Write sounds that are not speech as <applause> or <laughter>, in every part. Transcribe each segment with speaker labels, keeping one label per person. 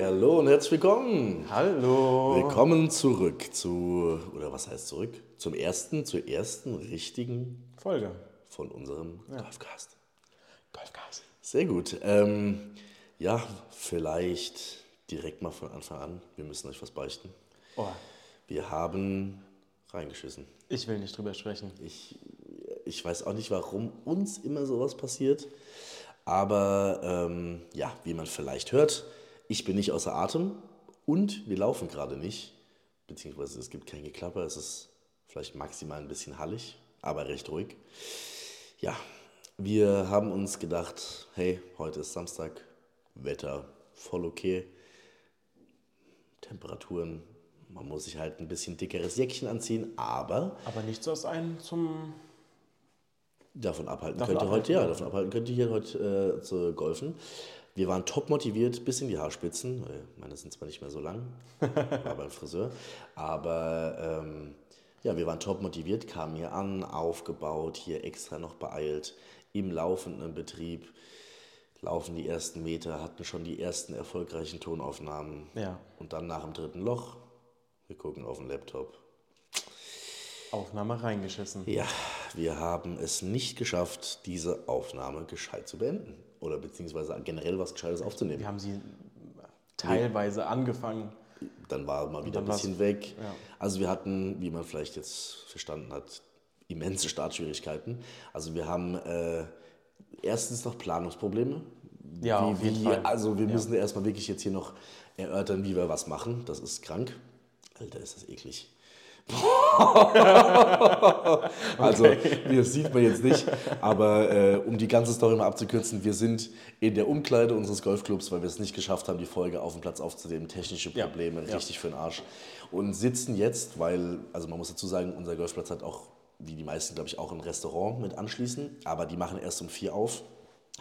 Speaker 1: herzlich willkommen.
Speaker 2: Hallo.
Speaker 1: Willkommen zurück zu, oder was heißt zurück? Zum ersten, zur ersten richtigen
Speaker 2: Folge.
Speaker 1: von unserem Golfcast.
Speaker 2: Golfgas.
Speaker 1: Sehr gut. Ähm, ja, vielleicht direkt mal von Anfang an. Wir müssen euch was beichten.
Speaker 2: Oh,
Speaker 1: Wir haben reingeschissen.
Speaker 2: ich will nicht drüber sprechen.
Speaker 1: Ich, ich weiß auch nicht, warum uns immer sowas passiert. Aber ähm, ja, wie man vielleicht hört, ich bin nicht außer Atem und wir laufen gerade nicht. Beziehungsweise es gibt kein Geklapper, es ist vielleicht maximal ein bisschen hallig, aber recht ruhig. Ja, wir haben uns gedacht, hey, heute ist Samstag, Wetter voll okay, Temperaturen, man muss sich halt ein bisschen dickeres Jäckchen anziehen, aber
Speaker 2: Aber nichts aus einem zum.
Speaker 1: davon abhalten
Speaker 2: Davon
Speaker 1: könnte
Speaker 2: abhalten,
Speaker 1: heute,
Speaker 2: genau.
Speaker 1: ja,
Speaker 2: ja.
Speaker 1: davon abhalten könnte hier heute äh, zu golfen. Wir waren top motiviert, bis in die Haarspitzen. Äh, Meine sind zwar nicht mehr so
Speaker 2: <laughs>
Speaker 1: lang, war beim Friseur, aber ähm, ja, wir waren top motiviert, kamen hier an, aufgebaut, hier extra noch beeilt, im laufenden Betrieb, laufen die ersten Meter, hatten schon die ersten erfolgreichen Tonaufnahmen
Speaker 2: Ja,
Speaker 1: und dann nach dem dritten Loch, wir gucken auf den Laptop,
Speaker 2: Aufnahme reingeschissen.
Speaker 1: ja, wir haben es nicht geschafft, diese Aufnahme gescheit zu beenden. Oder beziehungsweise generell was Gescheites aufzunehmen.
Speaker 2: Wir haben sie teilweise angefangen.
Speaker 1: Dann war mal wieder ein
Speaker 2: Dann war's-
Speaker 1: bisschen weg.
Speaker 2: ja.
Speaker 1: Also wir hatten, wie man vielleicht jetzt verstanden hat, immense Startschwierigkeiten. Also wir haben äh, erstens noch Planungsprobleme.
Speaker 2: Ja,
Speaker 1: wie,
Speaker 2: auf jeden
Speaker 1: wie,
Speaker 2: Fall.
Speaker 1: Also wir müssen erstmal wirklich jetzt hier noch erörtern, wie wir was machen. Das ist krank. Alter, ist das eklig. <laughs> also, das sieht man jetzt nicht, aber äh, um die ganze Story mal abzukürzen, wir sind in der Umkleide unseres Golfclubs, weil wir es nicht geschafft haben, die Folge auf dem Platz aufzunehmen, technische
Speaker 2: Ja,
Speaker 1: Probleme,
Speaker 2: ja.
Speaker 1: richtig für den Arsch. Und sitzen jetzt, weil, also man muss dazu sagen, unser Golfplatz hat auch, wie die meisten, glaube ich, auch ein Restaurant mit anschließen, aber die machen erst um vier auf.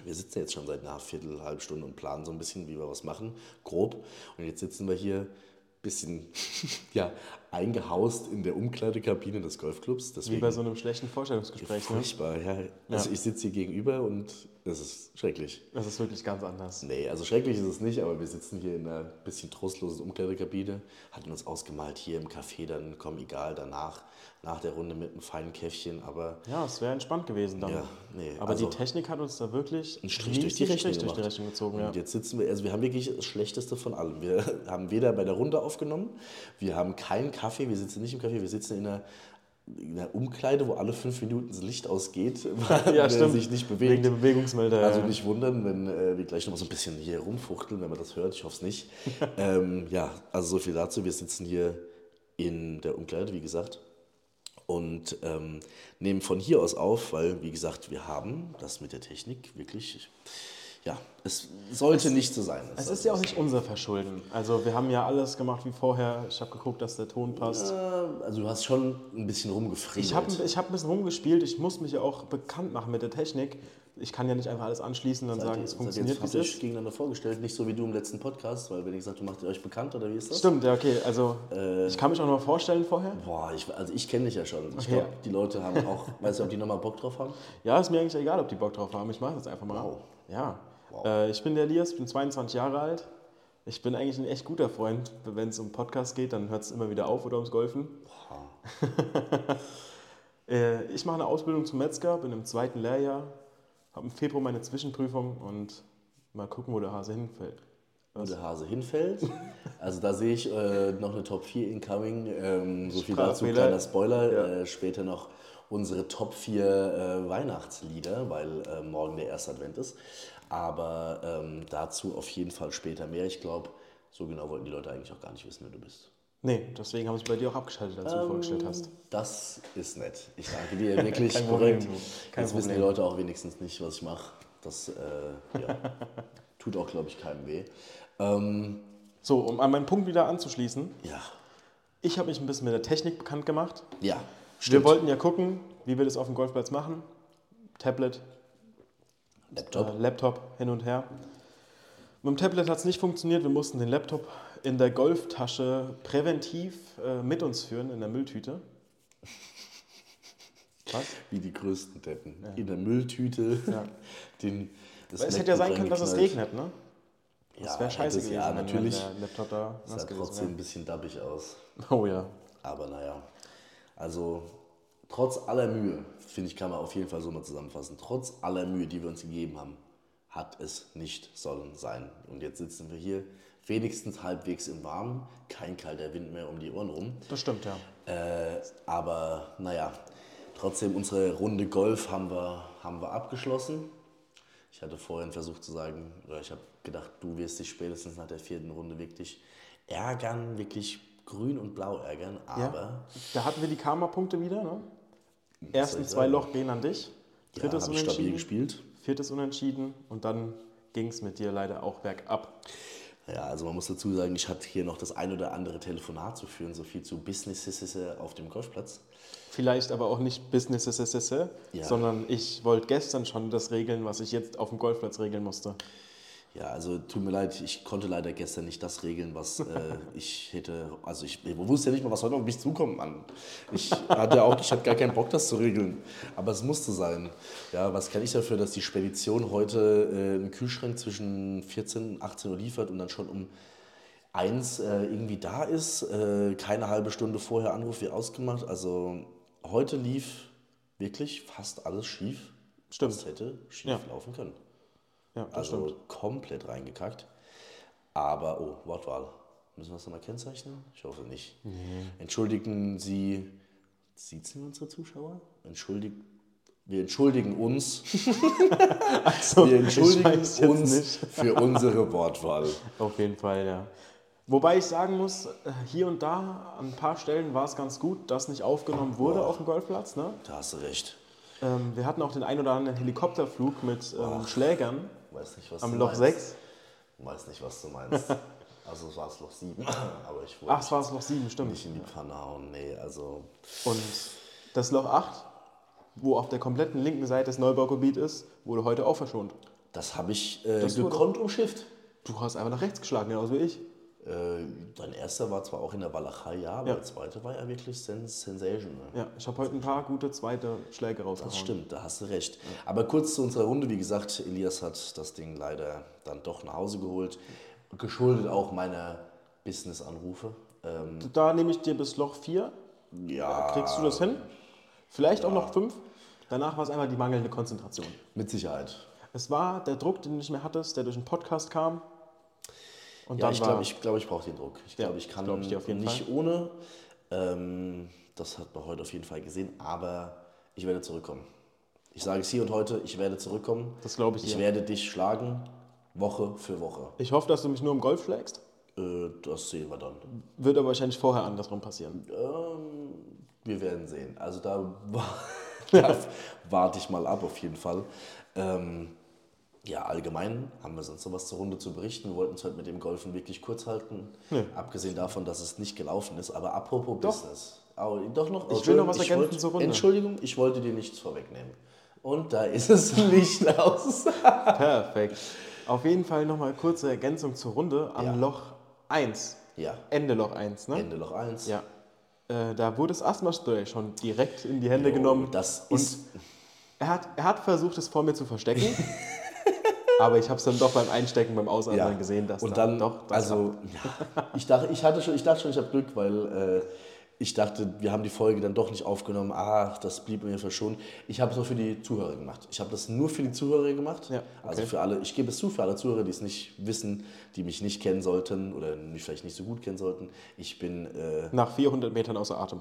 Speaker 1: Wir sitzen jetzt schon seit einer Viertel, halbe Stunde und planen so ein bisschen, wie wir was machen, grob. Und jetzt sitzen wir hier bisschen <laughs> ja, eingehaust in der Umkleidekabine des Golfclubs.
Speaker 2: Wie
Speaker 1: Deswegen
Speaker 2: bei so einem schlechten Vorstellungsgespräch. Ne?
Speaker 1: Furchtbar, ja. Also
Speaker 2: Ja.
Speaker 1: ich sitze hier gegenüber und das ist schrecklich.
Speaker 2: Das ist wirklich ganz anders.
Speaker 1: Nee, also schrecklich ist es nicht, aber wir sitzen hier in einer bisschen trostlosen Umkleidekabine, hatten uns ausgemalt hier im Café, dann komm egal, danach, nach der Runde mit einem feinen Käffchen, aber
Speaker 2: Ja, es wäre entspannt gewesen dann.
Speaker 1: Ja, nee,
Speaker 2: Aber
Speaker 1: also-
Speaker 2: die Technik hat uns da wirklich
Speaker 1: einen Strich durch die
Speaker 2: riesen
Speaker 1: Rechnung
Speaker 2: Strich durch die
Speaker 1: gemacht.
Speaker 2: Rechnung gezogen. Ja.
Speaker 1: Und jetzt sitzen wir, also wir haben wirklich das Schlechteste von allem. Wir <laughs> haben weder bei der Runde aufgenommen, wir haben keinen Kaffee, wir sitzen nicht im Kaffee, wir sitzen in einer, in einer Umkleide, wo alle fünf Minuten das Licht ausgeht, <laughs> weil
Speaker 2: Ja,
Speaker 1: er
Speaker 2: stimmt.
Speaker 1: sich nicht
Speaker 2: Wegen
Speaker 1: bewegt.
Speaker 2: der Bewegungsmelder.
Speaker 1: Also
Speaker 2: ja.
Speaker 1: nicht wundern, wenn äh, wir gleich noch mal so ein bisschen hier rumfuchteln, wenn man das hört. Ich hoffe
Speaker 2: <laughs>
Speaker 1: es nicht. ähm, ja, also so viel dazu. Wir sitzen hier in der Umkleide, wie gesagt, und ähm, nehmen von hier aus auf, weil, wie gesagt, wir haben das mit der Technik wirklich, ja, es sollte nicht so sein.
Speaker 2: Es ist ja auch nicht unser Verschulden. Also wir haben ja alles gemacht wie vorher. Ich habe geguckt, dass der Ton passt.
Speaker 1: Äh, Also du hast schon ein bisschen rumgefriemelt.
Speaker 2: Ich habe ich hab ein bisschen rumgespielt. Ich muss mich ja auch bekannt machen mit der Technik. Ich kann ja nicht einfach alles anschließen und sagen, es funktioniert, wie es
Speaker 1: jetzt
Speaker 2: ist.
Speaker 1: gegeneinander vorgestellt, nicht so wie du im letzten Podcast, weil wenn ich gesagt, du macht ihr euch bekannt oder wie ist das?
Speaker 2: Stimmt, ja, okay. Also
Speaker 1: Äh.
Speaker 2: ich kann mich auch noch mal vorstellen vorher.
Speaker 1: Boah, ich, also ich kenne dich ja schon. Ich
Speaker 2: Okay.
Speaker 1: glaube, die Leute haben auch, weißt du, ob die nochmal Bock drauf haben?
Speaker 2: Ja, ist mir eigentlich egal, ob die Bock drauf haben. Ich mache jetzt einfach mal.
Speaker 1: Wow.
Speaker 2: Ja. Äh, ich bin der Elias, bin 22 Jahre alt. Ich bin eigentlich ein echt guter Freund. Wenn es um Podcast geht, dann hört es immer wieder auf oder ums Golfen.
Speaker 1: Boah.
Speaker 2: <laughs> Äh, ich mache eine Ausbildung zum Metzger, bin im zweiten Lehrjahr, habe im Februar meine Zwischenprüfung und mal gucken, wo der Hase hinfällt.
Speaker 1: Wo der Hase hinfällt. Also da sehe ich äh, noch eine Top 4 incoming. Ähm, so viel dazu,
Speaker 2: Sprachfehler.
Speaker 1: kleiner Spoiler. Äh, später noch unsere Top 4 äh, Weihnachtslieder, weil äh, morgen der erste Advent ist. Aber ähm, dazu auf jeden Fall später mehr. Ich glaube, so genau wollten die Leute eigentlich auch gar nicht wissen, wer du bist.
Speaker 2: Nee, deswegen habe ich bei dir auch abgeschaltet, als du
Speaker 1: Ähm.
Speaker 2: vorgestellt hast.
Speaker 1: Das ist nett. Ich danke
Speaker 2: <laughs>
Speaker 1: dir wirklich
Speaker 2: Kein Problem,
Speaker 1: korrekt.
Speaker 2: du.
Speaker 1: Jetzt
Speaker 2: Kein
Speaker 1: wissen die
Speaker 2: Problem.
Speaker 1: Leute auch wenigstens nicht, was ich mache. Das äh,
Speaker 2: <laughs>
Speaker 1: ja, tut auch, glaube ich, keinem weh. Ähm,
Speaker 2: So, um an meinen Punkt wieder anzuschließen.
Speaker 1: ja,
Speaker 2: Ich habe mich ein bisschen mit der Technik bekannt gemacht.
Speaker 1: ja.
Speaker 2: Wir wollten ja gucken, wie wir das auf dem Golfplatz machen. Tablet,
Speaker 1: Laptop.
Speaker 2: Äh, Laptop hin und her. Mit dem Tablet hat es nicht funktioniert. Wir mussten den Laptop in der Golftasche präventiv äh, mit uns führen, in der
Speaker 1: <laughs>
Speaker 2: Mülltüte. Was?
Speaker 1: Wie die größten Deppen. In der Mülltüte.
Speaker 2: Ja.
Speaker 1: <laughs> Den, das
Speaker 2: Es
Speaker 1: MacBook
Speaker 2: hätte ja sein können, dass es
Speaker 1: reingeknallt.
Speaker 2: regnet, ne? Das wäre scheiße
Speaker 1: hätte es-
Speaker 2: gewesen,
Speaker 1: Ja,
Speaker 2: wenn
Speaker 1: natürlich.
Speaker 2: der Laptop da
Speaker 1: Sah
Speaker 2: nass gewesen
Speaker 1: <laughs> trotzdem ein bisschen dabbig aus.
Speaker 2: wäre. Oh ja.
Speaker 1: Aber naja, also trotz aller Mühe, finde ich, kann man auf jeden Fall so mal zusammenfassen, trotz aller Mühe, die wir uns gegeben haben, hat es nicht sollen sein. Und jetzt sitzen wir hier wenigstens halbwegs im Warmen, kein kalter Wind mehr um die Ohren rum.
Speaker 2: Das stimmt, ja.
Speaker 1: Äh, aber naja, trotzdem unsere Runde Golf haben wir, haben wir abgeschlossen. Ich hatte vorhin versucht zu sagen, oder ich habe gedacht, du wirst dich spätestens nach der vierten Runde wirklich ärgern, wirklich grün und blau ärgern,
Speaker 2: ja.
Speaker 1: aber...
Speaker 2: Da hatten wir die Karma-Punkte wieder, ne?
Speaker 1: soll
Speaker 2: Ersten
Speaker 1: ich
Speaker 2: zwei
Speaker 1: sagen?
Speaker 2: Loch gehen an dich.
Speaker 1: Ja,
Speaker 2: Drittes
Speaker 1: habe ich stabil
Speaker 2: Unentschieden.
Speaker 1: gespielt.
Speaker 2: Viertes Unentschieden. Und dann ging es mit dir leider auch bergab.
Speaker 1: Ja, also man muss dazu sagen, ich hatte hier noch das ein oder andere Telefonat zu führen, so viel zu Business auf dem Golfplatz.
Speaker 2: Vielleicht aber auch nicht Business, as is, as,
Speaker 1: Ja.
Speaker 2: sondern ich wollte gestern schon das regeln, was ich jetzt auf dem Golfplatz regeln musste.
Speaker 1: Ja, also tut mir leid, ich konnte leider gestern nicht das regeln,
Speaker 2: <laughs>
Speaker 1: was äh, ich hätte. Also ich, ich wusste ja nicht mal, was heute auf mich zukommt, Mann. Ich hatte auch, ich hatte gar keinen Bock, das zu regeln. Aber es musste sein. Ja, was kann ich dafür, dass die Spedition heute äh, einen Kühlschrank zwischen 14 und 18 Uhr liefert und dann schon um eins äh, irgendwie da ist, äh, keine halbe Stunde vorher Anruf wie ausgemacht. Also heute lief wirklich fast alles schief.
Speaker 2: Stimmt.
Speaker 1: Es hätte schief
Speaker 2: Ja.
Speaker 1: laufen können.
Speaker 2: Ja, das
Speaker 1: Also
Speaker 2: stimmt.
Speaker 1: komplett reingekackt. Aber, oh, Wortwahl. Müssen wir das nochmal kennzeichnen? Ich hoffe nicht. Entschuldigen Sie. Siezen wir unsere Zuschauer? Entschuldigt. Wir entschuldigen uns.
Speaker 2: <laughs> Also,
Speaker 1: Wir
Speaker 2: <laughs> ich
Speaker 1: entschuldigen
Speaker 2: weiß
Speaker 1: uns
Speaker 2: jetzt nicht.
Speaker 1: für unsere Wortwahl.
Speaker 2: Auf jeden Fall, ja. Wobei ich sagen muss, äh, hier und da an ein paar Stellen war es ganz gut, dass nicht aufgenommen wurde auf dem Golfplatz. Ne?
Speaker 1: Da hast du recht.
Speaker 2: Ähm, wir hatten auch den ein oder anderen Helikopterflug mit ähm, Schlägern
Speaker 1: Weiß nicht, was
Speaker 2: am
Speaker 1: du
Speaker 2: Loch
Speaker 1: meinst.
Speaker 2: 6.
Speaker 1: Weiß nicht, was du
Speaker 2: <laughs>
Speaker 1: meinst. Also es war das Loch 7. Aber ich wollte
Speaker 2: Ach, es war das Loch 7, stimmt.
Speaker 1: nicht in die Pfanne hauen. Nee, also
Speaker 2: Und das Loch 8, wo auf der kompletten linken Seite das Neubaugebiet ist, wurde heute auch verschont.
Speaker 1: das habe ich äh,
Speaker 2: wurde-
Speaker 1: gekonnt umschifft.
Speaker 2: Du hast einfach nach rechts geschlagen, genauso wie ich.
Speaker 1: Äh, dein erster war zwar auch in der Walachei, ja, aber
Speaker 2: Ja.
Speaker 1: der zweite war ja wirklich sens sensational.
Speaker 2: Ja, ich habe heute ein paar gute zweite Schläge rausgehauen.
Speaker 1: Das stimmt, da hast du recht. Aber kurz zu unserer Runde, wie gesagt, Elias hat das Ding leider dann doch nach Hause geholt. Geschuldet auch meiner Business-Anrufe. Ähm,
Speaker 2: Da nehme ich dir bis Loch 4.
Speaker 1: ja,
Speaker 2: Kriegst du das hin? Vielleicht auch noch 5. Danach war es einfach die mangelnde Konzentration.
Speaker 1: mit Sicherheit.
Speaker 2: Es war der Druck, den du nicht mehr hattest, der durch den Podcast kam. Und
Speaker 1: Ja,
Speaker 2: dann
Speaker 1: ich
Speaker 2: war
Speaker 1: glaube, ich, glaub, ich brauche den Druck. Ich
Speaker 2: Ja,
Speaker 1: glaube, ich kann
Speaker 2: glaub ich dir auf jeden
Speaker 1: nicht ohne. Ähm, das hat man heute auf jeden Fall gesehen, aber ich werde zurückkommen. Ich sage es hier und heute, ich werde zurückkommen.
Speaker 2: Das glaube ich
Speaker 1: Ich
Speaker 2: dir.
Speaker 1: werde dich schlagen, Woche für Woche.
Speaker 2: ich hoffe, dass du mich nur im Golf schlägst.
Speaker 1: Äh, das sehen wir dann.
Speaker 2: Wird aber wahrscheinlich vorher andersrum passieren.
Speaker 1: Ähm, Wir werden sehen. Also da,
Speaker 2: <laughs>
Speaker 1: wa- da <laughs> warte ich mal ab auf jeden Fall. Ähm, ja, allgemein haben wir sonst noch was zur Runde zu berichten. Wir wollten uns heute mit dem Golfen wirklich kurz halten. Abgesehen davon, dass es nicht gelaufen ist. Aber apropos Business. Au, doch noch.
Speaker 2: Ich will noch was
Speaker 1: Entschuldigung, ich
Speaker 2: ergänzen
Speaker 1: wollte-
Speaker 2: zur Runde.
Speaker 1: Entschuldigung, ich wollte dir nichts vorwegnehmen. Und da ist es <laughs> Licht
Speaker 2: <laughs>
Speaker 1: aus.
Speaker 2: Perfekt. Auf jeden Fall nochmal kurze Ergänzung zur Runde am
Speaker 1: Ja.
Speaker 2: Loch 1.
Speaker 1: Ja,
Speaker 2: Ende Loch 1, ne?
Speaker 1: Ende Loch 1.
Speaker 2: Ja. Äh, da wurde das Asthma-Spray schon direkt in die Hände genommen.
Speaker 1: Das
Speaker 2: Und
Speaker 1: ist
Speaker 2: Er hat, er hat versucht, es vor mir zu
Speaker 1: <laughs>
Speaker 2: verstecken. aber ich habe es dann doch beim Einstecken, beim Ausatmen gesehen, dass
Speaker 1: und
Speaker 2: da
Speaker 1: dann
Speaker 2: doch das
Speaker 1: also <laughs> ja, ich dachte ich hatte schon ich dachte schon ich habe Glück weil äh, ich dachte wir haben die Folge dann doch nicht aufgenommen ah das blieb mir verschont ich habe es nur für die Zuhörer gemacht ich habe das nur für die Zuhörer gemacht
Speaker 2: Ja, okay.
Speaker 1: also für alle ich gebe es zu für alle Zuhörer die es nicht wissen die mich nicht kennen sollten oder mich vielleicht nicht so gut kennen sollten ich bin äh,
Speaker 2: nach 400 Metern außer Atem.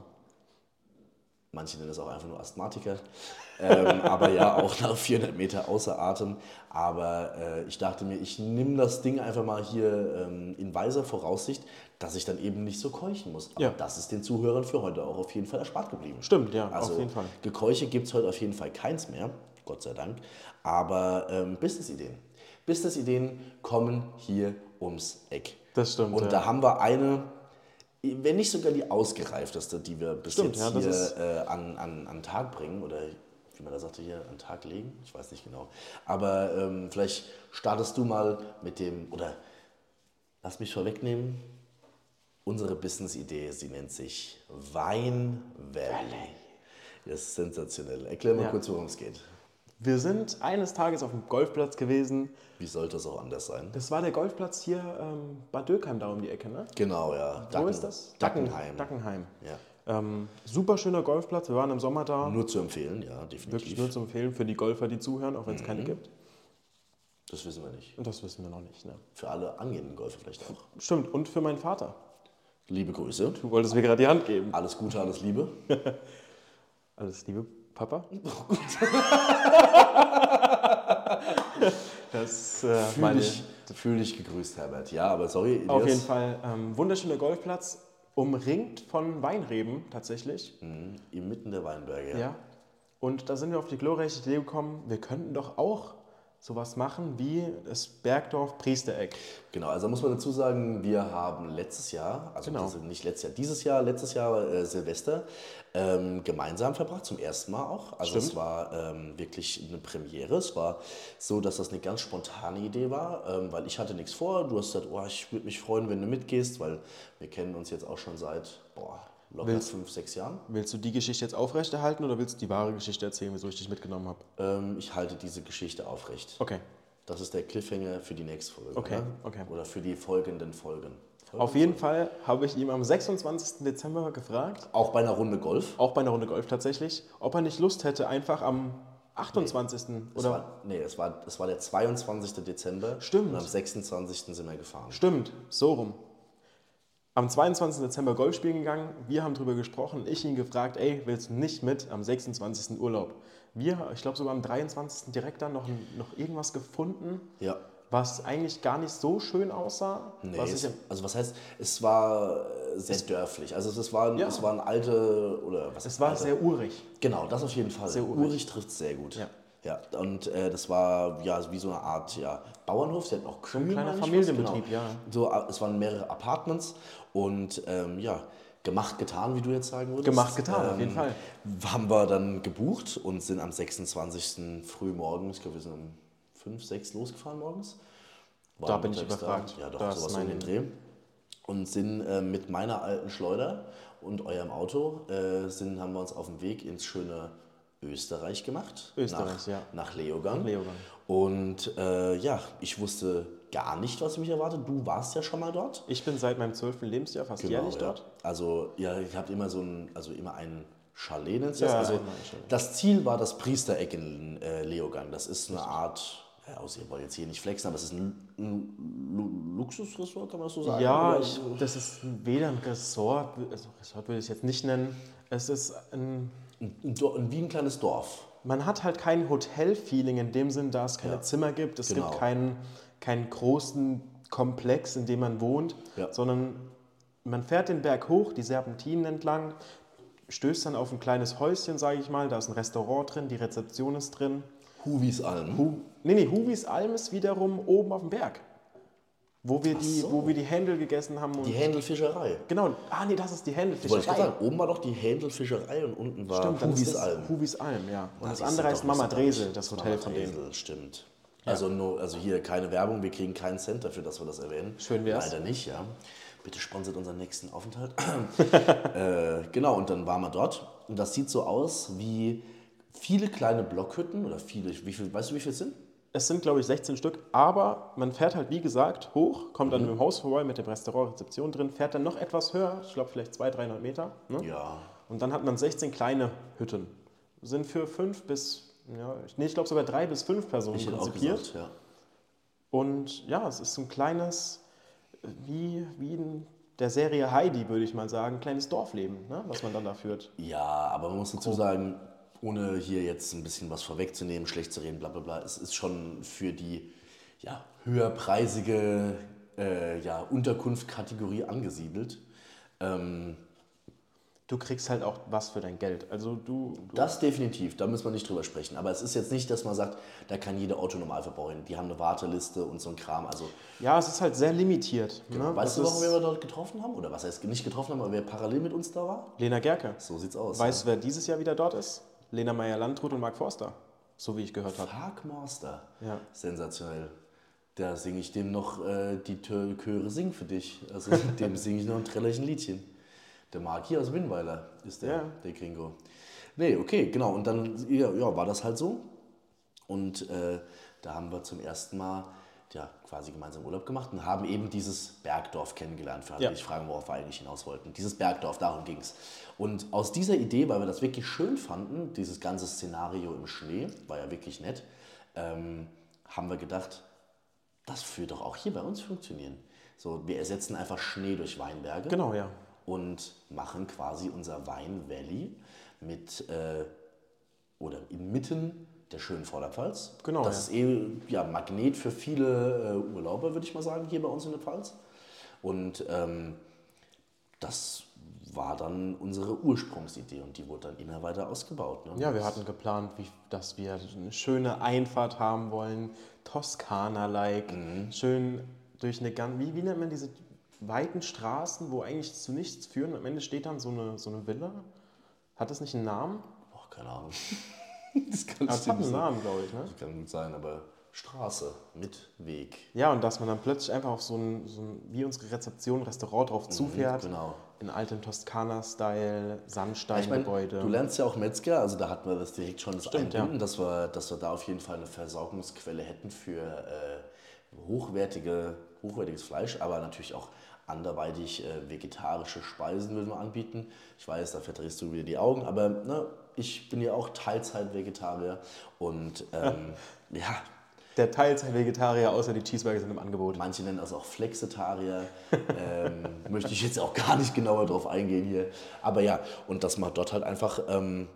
Speaker 1: Manche nennen es auch einfach nur Asthmatiker.
Speaker 2: <laughs>
Speaker 1: ähm, aber ja, auch nach 400 Meter außer Atem. Aber äh, ich dachte mir, ich nehme das Ding einfach mal hier ähm, in weiser Voraussicht, dass ich dann eben nicht so keuchen muss. Aber
Speaker 2: Ja.
Speaker 1: das ist den Zuhörern für heute auch auf jeden Fall erspart geblieben.
Speaker 2: Stimmt, ja,
Speaker 1: Also
Speaker 2: auf jeden Fall.
Speaker 1: Gekeuche gibt es heute auf jeden Fall keins mehr, Gott sei Dank. Aber ähm, Business-Ideen. Business-Ideen kommen hier ums Eck.
Speaker 2: Das stimmt,
Speaker 1: Und
Speaker 2: ja.
Speaker 1: da haben wir eine, wenn nicht sogar die ausgereifteste, die wir bis
Speaker 2: Stimmt, ja,
Speaker 1: jetzt
Speaker 2: das ist-
Speaker 1: hier äh, an, an, an Tag bringen oder wie man da sagte hier, an Tag legen. Ich weiß nicht genau. Aber ähm, vielleicht startest du mal mit dem, oder lass mich vorwegnehmen, unsere Business-Idee, sie nennt sich Wein Valley. Das ist sensationell. Erklär mal
Speaker 2: Ja.
Speaker 1: kurz, worum es geht.
Speaker 2: Wir sind eines Tages auf dem Golfplatz gewesen.
Speaker 1: Wie sollte es auch anders sein?
Speaker 2: Das war der Golfplatz hier ähm, Bad Dürkheim da um die Ecke, ne?
Speaker 1: Genau, ja.
Speaker 2: Wo ist das?
Speaker 1: Dackenheim.
Speaker 2: Dackenheim.
Speaker 1: Ja.
Speaker 2: Ähm, super schöner Golfplatz. Wir waren im Sommer da.
Speaker 1: Nur zu empfehlen, ja,
Speaker 2: Wirklich
Speaker 1: definitiv.
Speaker 2: nur zu empfehlen für die Golfer, die zuhören, auch wenn es keine gibt.
Speaker 1: Das wissen wir nicht.
Speaker 2: Und das wissen wir noch nicht. Ne?
Speaker 1: Für alle angehenden Golfer vielleicht auch.
Speaker 2: Stimmt. Und für meinen Vater.
Speaker 1: Liebe Grüße.
Speaker 2: Du wolltest mir gerade die Hand geben.
Speaker 1: Alles Gute, alles Liebe.
Speaker 2: Alles Liebe, Papa. <laughs> das äh,
Speaker 1: Fühl
Speaker 2: meine
Speaker 1: dich, fühl dich gegrüßt, Herbert. Ja, aber sorry, Elias.
Speaker 2: Auf jeden Fall. Ähm, wunderschöner Golfplatz, umringt von Weinreben tatsächlich.
Speaker 1: Mhm, Inmitten der Weinberge.
Speaker 2: Ja. Und da sind wir auf die glorreiche Idee gekommen, wir könnten doch auch sowas machen wie das Bergdorf Priestereck.
Speaker 1: Genau, also muss man dazu sagen, wir haben letztes Jahr, also
Speaker 2: Genau.
Speaker 1: diese- nicht letztes Jahr, dieses Jahr, letztes Jahr äh, Silvester ähm, gemeinsam verbracht, zum ersten Mal auch. Also es
Speaker 2: Stimmt.
Speaker 1: war ähm, wirklich eine Premiere. Es war so, dass das eine ganz spontane Idee war, ähm, weil ich hatte nichts vor. Du hast gesagt, oh, ich würde mich freuen, wenn du mitgehst, weil wir kennen uns jetzt auch schon seit boah, locker
Speaker 2: Willst-
Speaker 1: fünf, sechs Jahren.
Speaker 2: Willst du die Geschichte jetzt aufrechterhalten oder willst du die wahre Geschichte erzählen, wieso ich dich mitgenommen habe?
Speaker 1: Ähm, ich halte diese Geschichte aufrecht.
Speaker 2: Okay.
Speaker 1: Das ist der Cliffhanger für die nächste Folge.
Speaker 2: Okay,
Speaker 1: oder?
Speaker 2: okay.
Speaker 1: Oder für die folgenden Folgen.
Speaker 2: Auf jeden Fall habe ich ihm am 26. Dezember gefragt,
Speaker 1: Auch bei einer Runde Golf.
Speaker 2: auch bei einer Runde Golf tatsächlich, ob er nicht Lust hätte, einfach am 28.
Speaker 1: Es
Speaker 2: oder
Speaker 1: war, nee, es war, es war der 22. Dezember.
Speaker 2: Stimmt.
Speaker 1: Und am 26. sind wir gefahren.
Speaker 2: Stimmt, so rum. Am 22. Dezember Golf spielen gegangen, wir haben drüber gesprochen, ich ihn gefragt, ey, willst du nicht mit am 26. Urlaub? Wir, ich glaube sogar am 23. direkt dann noch, noch irgendwas gefunden,
Speaker 1: Ja.
Speaker 2: was eigentlich gar nicht so schön aussah.
Speaker 1: Nee,
Speaker 2: was
Speaker 1: es,
Speaker 2: ich,
Speaker 1: also was heißt, es war äh, sehr dörflich. Also es, es, waren,
Speaker 2: Ja.
Speaker 1: es waren alte, oder was
Speaker 2: es war
Speaker 1: alte?
Speaker 2: sehr urig.
Speaker 1: Genau, das auf jeden Fall.
Speaker 2: Sehr urig.
Speaker 1: urig trifft sehr gut.
Speaker 2: Ja.
Speaker 1: Ja, und äh, das war ja wie so eine Art ja, Bauernhof, sie hatten auch Kühe.
Speaker 2: kleiner
Speaker 1: meine ich,
Speaker 2: Familienbetrieb, ja.
Speaker 1: So, äh, es waren mehrere Apartments und ähm, ja, gemacht, getan, wie du jetzt sagen würdest. Ähm,
Speaker 2: Gemacht, getan, auf jeden Fall.
Speaker 1: Haben wir dann gebucht und sind am 26. früh morgens, ich glaube, wir sind um 5, 6 losgefahren morgens. Waren
Speaker 2: bin ich
Speaker 1: mittags da.
Speaker 2: überfragt.
Speaker 1: Ja, doch,
Speaker 2: Da ist
Speaker 1: sowas
Speaker 2: mein-
Speaker 1: um den Dreh und sind äh, mit meiner alten Schleuder und eurem Auto äh, sind, haben wir uns auf dem Weg ins schöne Österreich gemacht.
Speaker 2: Österreich,
Speaker 1: nach,
Speaker 2: ja.
Speaker 1: Nach Leogang.
Speaker 2: Nach Leogang.
Speaker 1: Und äh, ja, ich wusste gar nicht, was mich erwartet. Du warst ja schon mal dort.
Speaker 2: Ich bin seit meinem 12. Lebensjahr fast jährlich
Speaker 1: Genau, ja.
Speaker 2: dort.
Speaker 1: Also, ja, ihr habt immer so ein, also immer einen Chalet, nennt
Speaker 2: Ja,
Speaker 1: ja, also,
Speaker 2: immer ein Chalet.
Speaker 1: Das Ziel war das Priestereck in äh, Leogang. Das ist eine Art, ja, also ihr wollt jetzt hier nicht flexen, aber es ist ein, ein Lu- Luxusressort, kann man das so sagen?
Speaker 2: Ja,
Speaker 1: Oder?
Speaker 2: ich, das ist weder ein Ressort, also Ressort würde ich es jetzt nicht nennen, es ist ein
Speaker 1: Ein Dor- ein- wie ein kleines Dorf.
Speaker 2: Man hat halt kein Hotel-Feeling in dem Sinn, da es keine
Speaker 1: Ja.
Speaker 2: Zimmer gibt. Es
Speaker 1: Genau.
Speaker 2: gibt keinen, keinen großen Komplex, in dem man wohnt,
Speaker 1: Ja.
Speaker 2: sondern man fährt den Berg hoch, die Serpentinen entlang, stößt dann auf ein kleines Häuschen, sage ich mal. Da ist ein Restaurant drin, die Rezeption ist drin.
Speaker 1: Huvis Alm.
Speaker 2: Hu nee, nee, Huvis Alm ist wiederum oben auf dem Berg, wo wir, die,
Speaker 1: so.
Speaker 2: wo wir die Händel gegessen haben. Und
Speaker 1: die Händelfischerei.
Speaker 2: genau, ah nee, das ist die
Speaker 1: Wollte ich gerade
Speaker 2: Händelfischerei.
Speaker 1: sagen, oben war doch die Händelfischerei und unten war
Speaker 2: Stimmt, dann ist
Speaker 1: Huvis
Speaker 2: das
Speaker 1: Alm.
Speaker 2: Huvis Alm, ja. Und das
Speaker 1: Ah, siehst du
Speaker 2: andere
Speaker 1: doch,
Speaker 2: heißt
Speaker 1: wusste
Speaker 2: Mama
Speaker 1: ich gar
Speaker 2: Dresel,
Speaker 1: nicht.
Speaker 2: das
Speaker 1: Mama
Speaker 2: Hotel von denen.
Speaker 1: Dresel, stimmt. Also, no, also hier keine Werbung, wir kriegen keinen Cent dafür, dass wir das erwähnen.
Speaker 2: Schön wär's.
Speaker 1: Leider nicht, ja. Bitte sponsert unseren nächsten Aufenthalt.
Speaker 2: <laughs>
Speaker 1: äh, genau, und dann waren wir dort. Und das sieht so aus wie viele kleine Blockhütten oder viele, wie viel, weißt du, wie viel es sind?
Speaker 2: Es sind, glaube ich, 16 Stück, aber man fährt halt, wie gesagt, hoch, kommt
Speaker 1: Mhm.
Speaker 2: dann mit dem Haus vorbei, mit dem Restaurant, Rezeption drin, fährt dann noch etwas höher, ich glaube vielleicht 200, 300 Meter. Ne?
Speaker 1: Ja.
Speaker 2: Und dann hat man 16 kleine Hütten. Sind für fünf bis, ja, ich- nee, ich glaube sogar drei bis fünf Personen
Speaker 1: Ich hätte auch
Speaker 2: konzipiert.
Speaker 1: gesagt, ja.
Speaker 2: Und ja, es ist ein kleines, äh, wie, wie in der Serie Heidi, würde ich mal sagen, kleines Dorfleben, ne? was man dann da führt.
Speaker 1: Ja, aber man muss dazu sagen, ohne hier jetzt ein bisschen was vorwegzunehmen, schlecht zu reden, bla bla bla, es ist schon für die ja, höherpreisige äh, ja, Unterkunftkategorie angesiedelt. Ähm,
Speaker 2: Du kriegst halt auch was für dein Geld. Also du, du
Speaker 1: Das definitiv, da müssen wir nicht drüber sprechen. Aber es ist jetzt nicht, dass man sagt, da kann jeder Autonormalverbraucher hin. Die haben eine Warteliste und so ein Kram. Also,
Speaker 2: ja, es ist halt sehr limitiert. Ne?
Speaker 1: Genau. weißt du
Speaker 2: Das
Speaker 1: noch,
Speaker 2: ist
Speaker 1: wer wir dort getroffen haben? Oder was heißt nicht getroffen haben, aber wer parallel mit uns da war?
Speaker 2: Lena Gerke.
Speaker 1: So sieht's aus.
Speaker 2: Weißt du, wer dieses Jahr wieder dort ist? Lena Meyer-Landrut und Mark Forster. So wie ich gehört habe.
Speaker 1: Parkmaster.
Speaker 2: Ja.
Speaker 1: Sensationell. Da singe ich dem noch äh, die Tö- Chöre sing für dich. Also <laughs> dem singe ich noch ein trällerchen Liedchen. Der Mark hier aus Winnweiler ist der,
Speaker 2: Ja.
Speaker 1: der Gringo. Nee, okay, genau. Und dann ja, ja, war das halt so. Und äh, da haben wir zum ersten Mal ja, quasi gemeinsam Urlaub gemacht und haben eben dieses Bergdorf kennengelernt. Für alle,
Speaker 2: Ja.
Speaker 1: die sich fragen, worauf wir eigentlich hinaus wollten. Dieses Bergdorf, darum ging es. Und aus dieser Idee, weil wir das wirklich schön fanden, dieses ganze Szenario im Schnee, war ja wirklich nett, ähm, haben wir gedacht, das würde doch auch hier bei uns funktionieren. So, wir ersetzen einfach Schnee durch Weinberge
Speaker 2: Genau, ja.
Speaker 1: und machen quasi unser Wein Valley mit äh, oder inmitten der schönen Vorderpfalz.
Speaker 2: Genau,
Speaker 1: Das ist eh ja, Magnet für viele äh, Urlauber, würde ich mal sagen, hier bei uns in der Pfalz. Und ähm, das war dann unsere Ursprungsidee und die wurde dann immer weiter ausgebaut. Ne?
Speaker 2: Ja, wir hatten geplant, wie, dass wir eine schöne Einfahrt haben wollen, Toskana-like,
Speaker 1: Mhm.
Speaker 2: schön durch eine ganz, wie, wie nennt man diese weiten Straßen, wo eigentlich zu nichts führen. Am Ende steht dann so eine, so eine Villa. Hat das nicht einen Namen?
Speaker 1: Boah, keine Ahnung. <laughs> das kann,
Speaker 2: Ah, es hat einen Namen, glaube ich, ne?
Speaker 1: kann gut sein, aber Straße mit Weg.
Speaker 2: Ja, und dass man dann plötzlich einfach auf so ein, so ein wie unsere Rezeption, Restaurant drauf zufährt.
Speaker 1: genau.
Speaker 2: In altem Toskana-Style,
Speaker 1: Ich meine,
Speaker 2: Sandsteingebäude.
Speaker 1: du lernst ja auch Metzger, also da hatten wir das direkt schon das
Speaker 2: Stimmt,
Speaker 1: Einbinden, dass, wir, dass wir da auf jeden Fall eine Versorgungsquelle hätten für äh, hochwertige, hochwertiges Fleisch, aber natürlich auch anderweitig äh, vegetarische Speisen würden wir anbieten. Ich weiß, da verdrehst du wieder die Augen, aber ne, ich bin ja auch Teilzeit-Vegetarier und ähm, ja,
Speaker 2: Der Teilzeit-Vegetarier, außer die Cheeseburger sind im Angebot.
Speaker 1: Manche nennen das
Speaker 2: <laughs>
Speaker 1: auch Flexitarier. ähm, möchte ich jetzt auch gar nicht genauer drauf eingehen hier. Aber ja, und dass man dort halt einfach ähm,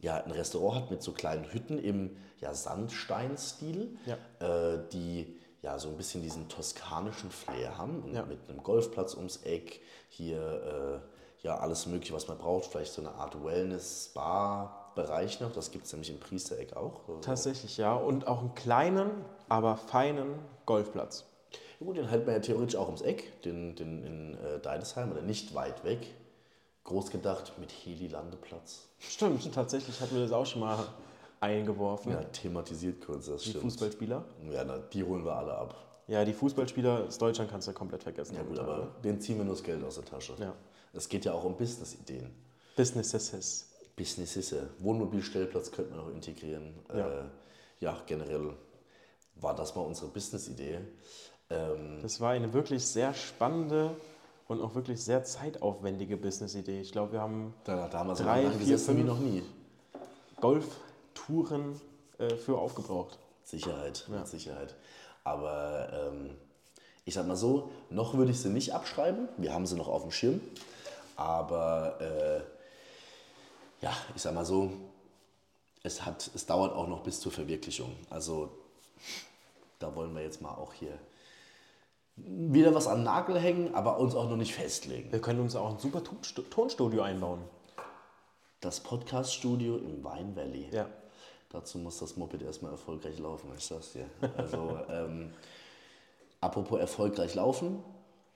Speaker 1: ja, ein Restaurant hat mit so kleinen Hütten im ja, Sandsteinstil, äh, die ja so ein bisschen diesen toskanischen Flair haben. Und
Speaker 2: Ja.
Speaker 1: mit einem Golfplatz ums Eck, hier äh, ja alles Mögliche, was man braucht. Vielleicht so eine Art Wellness-Spa-Bereich noch. Das gibt es nämlich im Priestereck auch.
Speaker 2: Tatsächlich, ja. Und auch einen kleinen, aber feinen Golfplatz.
Speaker 1: Ja Gut, den halten wir ja theoretisch auch ums Eck, den, den in äh, Deidesheim oder nicht weit weg. Groß gedacht mit Heli-Landeplatz.
Speaker 2: Stimmt, <laughs> tatsächlich hatten wir das auch schon mal eingeworfen.
Speaker 1: Ja, thematisiert kurz, das
Speaker 2: die
Speaker 1: stimmt.
Speaker 2: Fußballspieler.
Speaker 1: Ja, na, die holen wir alle ab.
Speaker 2: Ja, die Fußballspieler aus Deutschland kannst du ja komplett vergessen.
Speaker 1: Ja gut, aber den ziehen wir nur das Geld aus der Tasche.
Speaker 2: Ja.
Speaker 1: Es geht ja auch um Business-Ideen.
Speaker 2: Business is his.
Speaker 1: Businesses, ja. Wohnmobilstellplatz könnte man noch integrieren.
Speaker 2: Ja.
Speaker 1: Äh, ja, generell war das mal unsere Business-Idee. Ähm,
Speaker 2: Das war eine wirklich sehr spannende und auch wirklich sehr zeitaufwendige Business-Idee. Ich glaube, wir haben
Speaker 1: da, da haben wir so
Speaker 2: Drei,
Speaker 1: lange
Speaker 2: vier,
Speaker 1: gesessen wie
Speaker 2: fünf.
Speaker 1: noch nie.
Speaker 2: Golftouren äh, für aufgebraucht.
Speaker 1: Sicherheit, mit Sicherheit. Aber ähm, ich sag mal so, noch würde ich sie nicht abschreiben. Wir haben sie noch auf dem Schirm. Aber äh, ja, ich sag mal so, es, hat, es dauert auch noch bis zur Verwirklichung. Also da wollen wir jetzt mal auch hier wieder was an den Nagel hängen, aber uns auch noch nicht festlegen.
Speaker 2: Wir können uns auch ein super Tonstu- Tonstudio einbauen.
Speaker 1: Das Podcast-Studio im Wine Valley.
Speaker 2: Ja.
Speaker 1: Dazu muss das Moped erstmal erfolgreich laufen, ich sag's dir. Also, ähm, apropos erfolgreich laufen,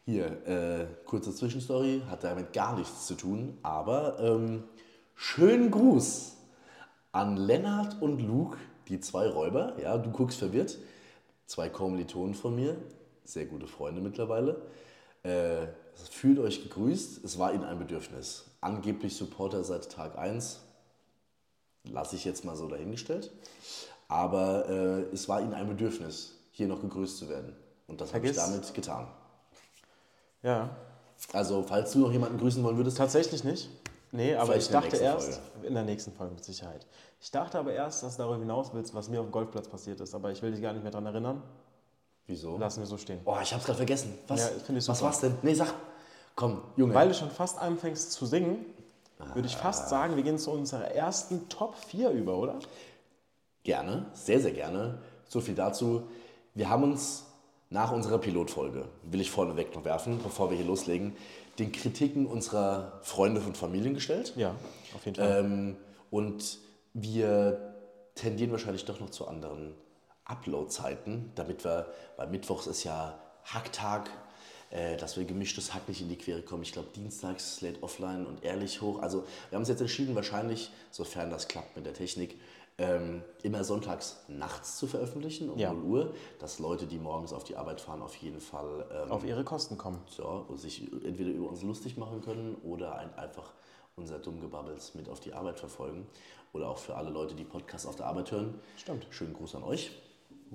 Speaker 1: hier, äh, kurze Zwischenstory, hat damit gar nichts zu tun, aber ähm, schönen Gruß an Lennart und Luke, die zwei Räuber. Ja, du guckst verwirrt. Zwei Kommilitonen von mir, sehr gute Freunde mittlerweile. Äh, fühlt euch gegrüßt, es war ihnen ein Bedürfnis. Angeblich Supporter seit Tag 1, lasse ich jetzt mal so dahingestellt. Aber äh, es war ihnen ein Bedürfnis, hier noch gegrüßt zu werden. Und das habe ich
Speaker 2: Vergiss-
Speaker 1: damit getan.
Speaker 2: Ja.
Speaker 1: Also, falls du noch jemanden grüßen wollen würdest,
Speaker 2: Tatsächlich nicht. Nee, aber
Speaker 1: Vielleicht
Speaker 2: ich
Speaker 1: in der
Speaker 2: dachte
Speaker 1: nächsten
Speaker 2: erst, in der nächsten Folge mit Sicherheit. Ich dachte aber erst, dass du darüber hinaus willst, was mir auf dem Golfplatz passiert ist, aber ich will dich gar nicht mehr daran erinnern.
Speaker 1: wieso?
Speaker 2: Lassen wir so stehen.
Speaker 1: Oh, ich hab's gerade vergessen. Was?
Speaker 2: Ja, finde ich
Speaker 1: Was
Speaker 2: super.
Speaker 1: war's denn? Nee, sag. Komm, Junge.
Speaker 2: Weil du schon fast anfängst zu singen, würde ich fast sagen, wir gehen zu unserer ersten Top 4 über, oder?
Speaker 1: Gerne, sehr, sehr gerne. So viel dazu. Wir haben uns nach unserer Pilotfolge, will ich vorneweg noch werfen, bevor wir hier loslegen, den Kritiken unserer Freunde von Familien gestellt.
Speaker 2: Ja, auf jeden Fall.
Speaker 1: Ähm, und wir tendieren wahrscheinlich doch noch zu anderen Upload-Zeiten, damit wir, weil Mittwochs ist ja Hacktag, äh, dass wir gemischtes Hack nicht in die Quere kommen. Ich glaube, dienstags Slate offline und ehrlich hoch. Also, wir haben uns jetzt entschieden, wahrscheinlich, sofern das klappt mit der Technik, ähm, immer sonntags nachts zu veröffentlichen, um
Speaker 2: Ja.
Speaker 1: 0 Uhr, dass Leute, die morgens auf die Arbeit fahren, auf jeden Fall ähm,
Speaker 2: auf ihre Kosten kommen.
Speaker 1: ja, und sich entweder über uns lustig machen können oder ein, einfach unser Dummgebabbels mit auf die Arbeit verfolgen. Oder auch für alle Leute, die Podcasts auf der Arbeit hören.
Speaker 2: Stimmt.
Speaker 1: Schönen Gruß an euch.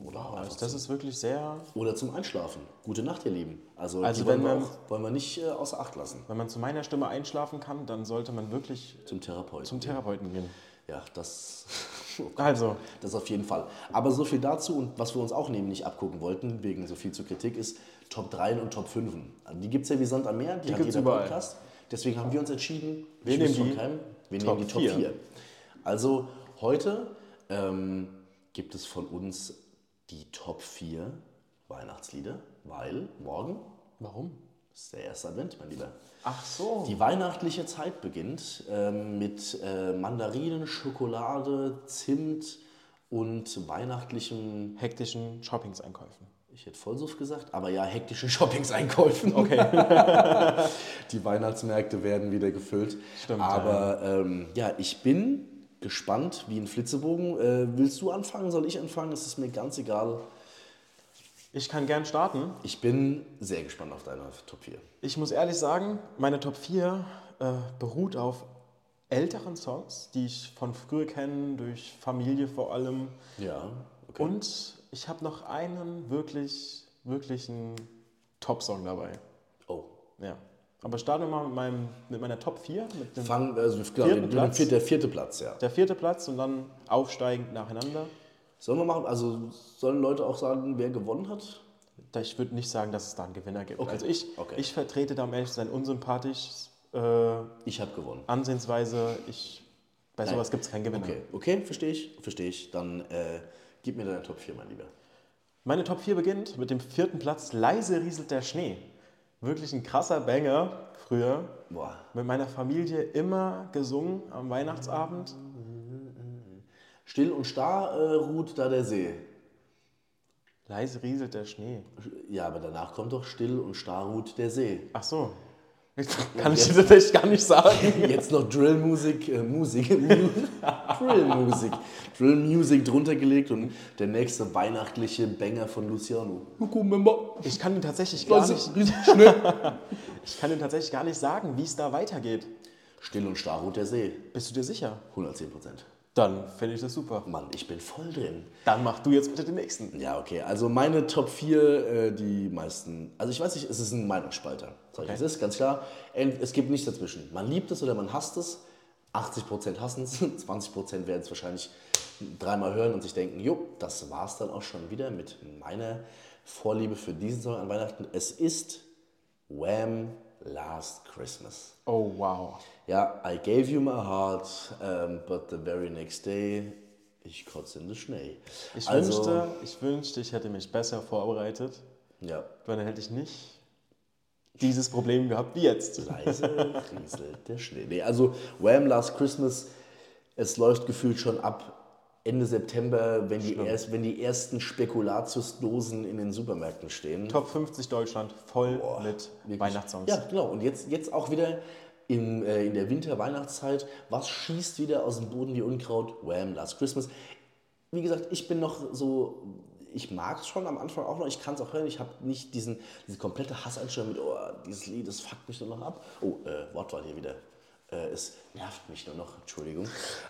Speaker 1: Oder, auch
Speaker 2: Also
Speaker 1: einfach
Speaker 2: das ist wirklich sehr,
Speaker 1: zum, oder zum Einschlafen. Gute Nacht, ihr Lieben. Also,
Speaker 2: Also
Speaker 1: die wollen,
Speaker 2: wenn
Speaker 1: wir
Speaker 2: man-
Speaker 1: auch, wollen wir nicht äh, außer Acht lassen.
Speaker 2: wenn man zu meiner Stimme einschlafen kann, dann sollte man wirklich
Speaker 1: Zum Therapeuten.
Speaker 2: zum Therapeuten gehen.
Speaker 1: ja, das. <laughs> Oh.
Speaker 2: Also,
Speaker 1: Das auf jeden Fall. Aber so viel dazu und was wir uns auch nämlich abgucken wollten, wegen so viel zur Kritik, ist Top 3 und Top 5. Also die gibt es ja wie Sand am Meer, die, hat
Speaker 2: gibt's
Speaker 1: jeder
Speaker 2: überall.
Speaker 1: Podcast. Deswegen haben wir uns entschieden,
Speaker 2: Wir
Speaker 1: ich
Speaker 2: nehmen
Speaker 1: wüsste von
Speaker 2: die
Speaker 1: keinem, wir
Speaker 2: Top
Speaker 1: nehmen die Top
Speaker 2: vier.
Speaker 1: 4. Also heute ähm, gibt es von uns die Top 4 Weihnachtslieder, weil morgen
Speaker 2: warum?
Speaker 1: ist der erste Advent, mein Lieber.
Speaker 2: Ach so.
Speaker 1: Die weihnachtliche Zeit beginnt ähm, mit äh, Mandarinen, Schokolade, Zimt und weihnachtlichen,
Speaker 2: Hektischen Shoppingseinkäufen.
Speaker 1: ich hätte Vollsuff gesagt, aber ja, <laughs> hektischen Shoppingseinkäufen.
Speaker 2: Okay.
Speaker 1: Die Weihnachtsmärkte werden wieder gefüllt.
Speaker 2: Stimmt,
Speaker 1: aber ähm, ja, ich bin gespannt wie ein Flitzebogen. Äh, willst du anfangen? Soll ich anfangen? Es ist mir ganz egal.
Speaker 2: <laughs> Ich kann gern starten.
Speaker 1: Ich bin sehr gespannt auf deine Top 4.
Speaker 2: Ich muss ehrlich sagen, meine Top 4 äh, beruht auf älteren Songs, die ich von früher kenne, durch Familie vor allem.
Speaker 1: Ja, okay.
Speaker 2: Und ich habe noch einen wirklich, wirklichen Top-Song dabei.
Speaker 1: Oh.
Speaker 2: Ja. Aber starten wir mal mit, meinem, mit meiner Top 4, mit dem,
Speaker 1: Fangen, also, genau,
Speaker 2: Vierten
Speaker 1: den-
Speaker 2: Platz.
Speaker 1: vier- der vierte Platz, ja.
Speaker 2: der vierte Platz und dann aufsteigend nacheinander.
Speaker 1: Sollen wir machen, also sollen Leute auch sagen, wer gewonnen hat?
Speaker 2: Da Ich würde nicht sagen, dass es da einen Gewinner gibt.
Speaker 1: Okay.
Speaker 2: Also ich,
Speaker 1: Okay.
Speaker 2: ich vertrete da um ehrlich zu sein unsympathisch. Äh,
Speaker 1: Ich habe gewonnen.
Speaker 2: Ansehensweise, ich, bei
Speaker 1: Nein.
Speaker 2: sowas gibt es keinen Gewinner.
Speaker 1: Ah, Okay, okay, verstehe ich, verstehe ich. Dann äh, gib mir deine Top 4, mein Lieber.
Speaker 2: Meine Top 4 beginnt mit dem vierten Platz. Leise rieselt der Schnee. Wirklich ein krasser Banger früher.
Speaker 1: Boah.
Speaker 2: Mit meiner Familie immer gesungen am Weihnachtsabend.
Speaker 1: Still und starr äh, ruht da der See.
Speaker 2: Leise rieselt der Schnee.
Speaker 1: Ja, aber danach kommt doch still und starr ruht der See.
Speaker 2: Ach so. Kann ich dir vielleicht gar nicht sagen.
Speaker 1: Jetzt noch Drillmusik, äh, Musik, <laughs> Drillmusik, Drillmusik drunter gelegt und der nächste weihnachtliche Banger von Luciano. Loco Member,
Speaker 2: Ich kann dir tatsächlich gar nicht,
Speaker 1: schnell.
Speaker 2: ich kann dir tatsächlich gar nicht sagen, wie es da weitergeht.
Speaker 1: Still und starr ruht der See.
Speaker 2: Bist du dir sicher?
Speaker 1: 110 Prozent.
Speaker 2: Dann finde ich das super.
Speaker 1: Mann, ich bin voll drin.
Speaker 2: Dann mach du jetzt bitte den nächsten.
Speaker 1: Ja, okay. Also meine Top 4, äh, die meisten. Also ich weiß nicht, es ist ein Meinungsspalter. Sag ich,
Speaker 2: Okay.
Speaker 1: es ist ganz klar. Ent- Es gibt nichts dazwischen. Man liebt es oder man hasst es. 80% hassen es, <laughs> 20% werden es wahrscheinlich dreimal hören und sich denken, jo, das war's dann auch schon wieder mit meiner Vorliebe für diesen Song an Weihnachten. Es ist Wham! Last Christmas.
Speaker 2: Oh, wow.
Speaker 1: Ja, I gave you my heart, ähm, but the very next day, ich kotze in the Schnee. Also,
Speaker 2: Ich, wünschte, ich wünschte, ich hätte mich besser vorbereitet.
Speaker 1: ja,
Speaker 2: Weil dann hätte ich nicht dieses Problem gehabt wie jetzt.
Speaker 1: Leise rieselt der Schnee. Nee, also Wham! Last Christmas, es läuft gefühlt schon ab Ende September, wenn die, erst, wenn die ersten Spekulatiusdosen in den Supermärkten stehen.
Speaker 2: Top 50 Deutschland voll mit Weihnachtssongs.
Speaker 1: Ja, genau. Und jetzt, jetzt auch wieder im, äh, in der Winter-Weihnachtszeit. Was schießt wieder aus dem Boden wie Unkraut? Wham! Last Christmas. Wie gesagt, ich bin noch so. Ich mag es schon am Anfang auch noch, ich kann es auch hören. Ich habe nicht diesen, diese komplette Hasseinstellung mit, oh, dieses Lied, das fuckt mich nur noch ab. Oh, äh, Wortwahl hier wieder. Äh, es nervt mich nur noch, Entschuldigung.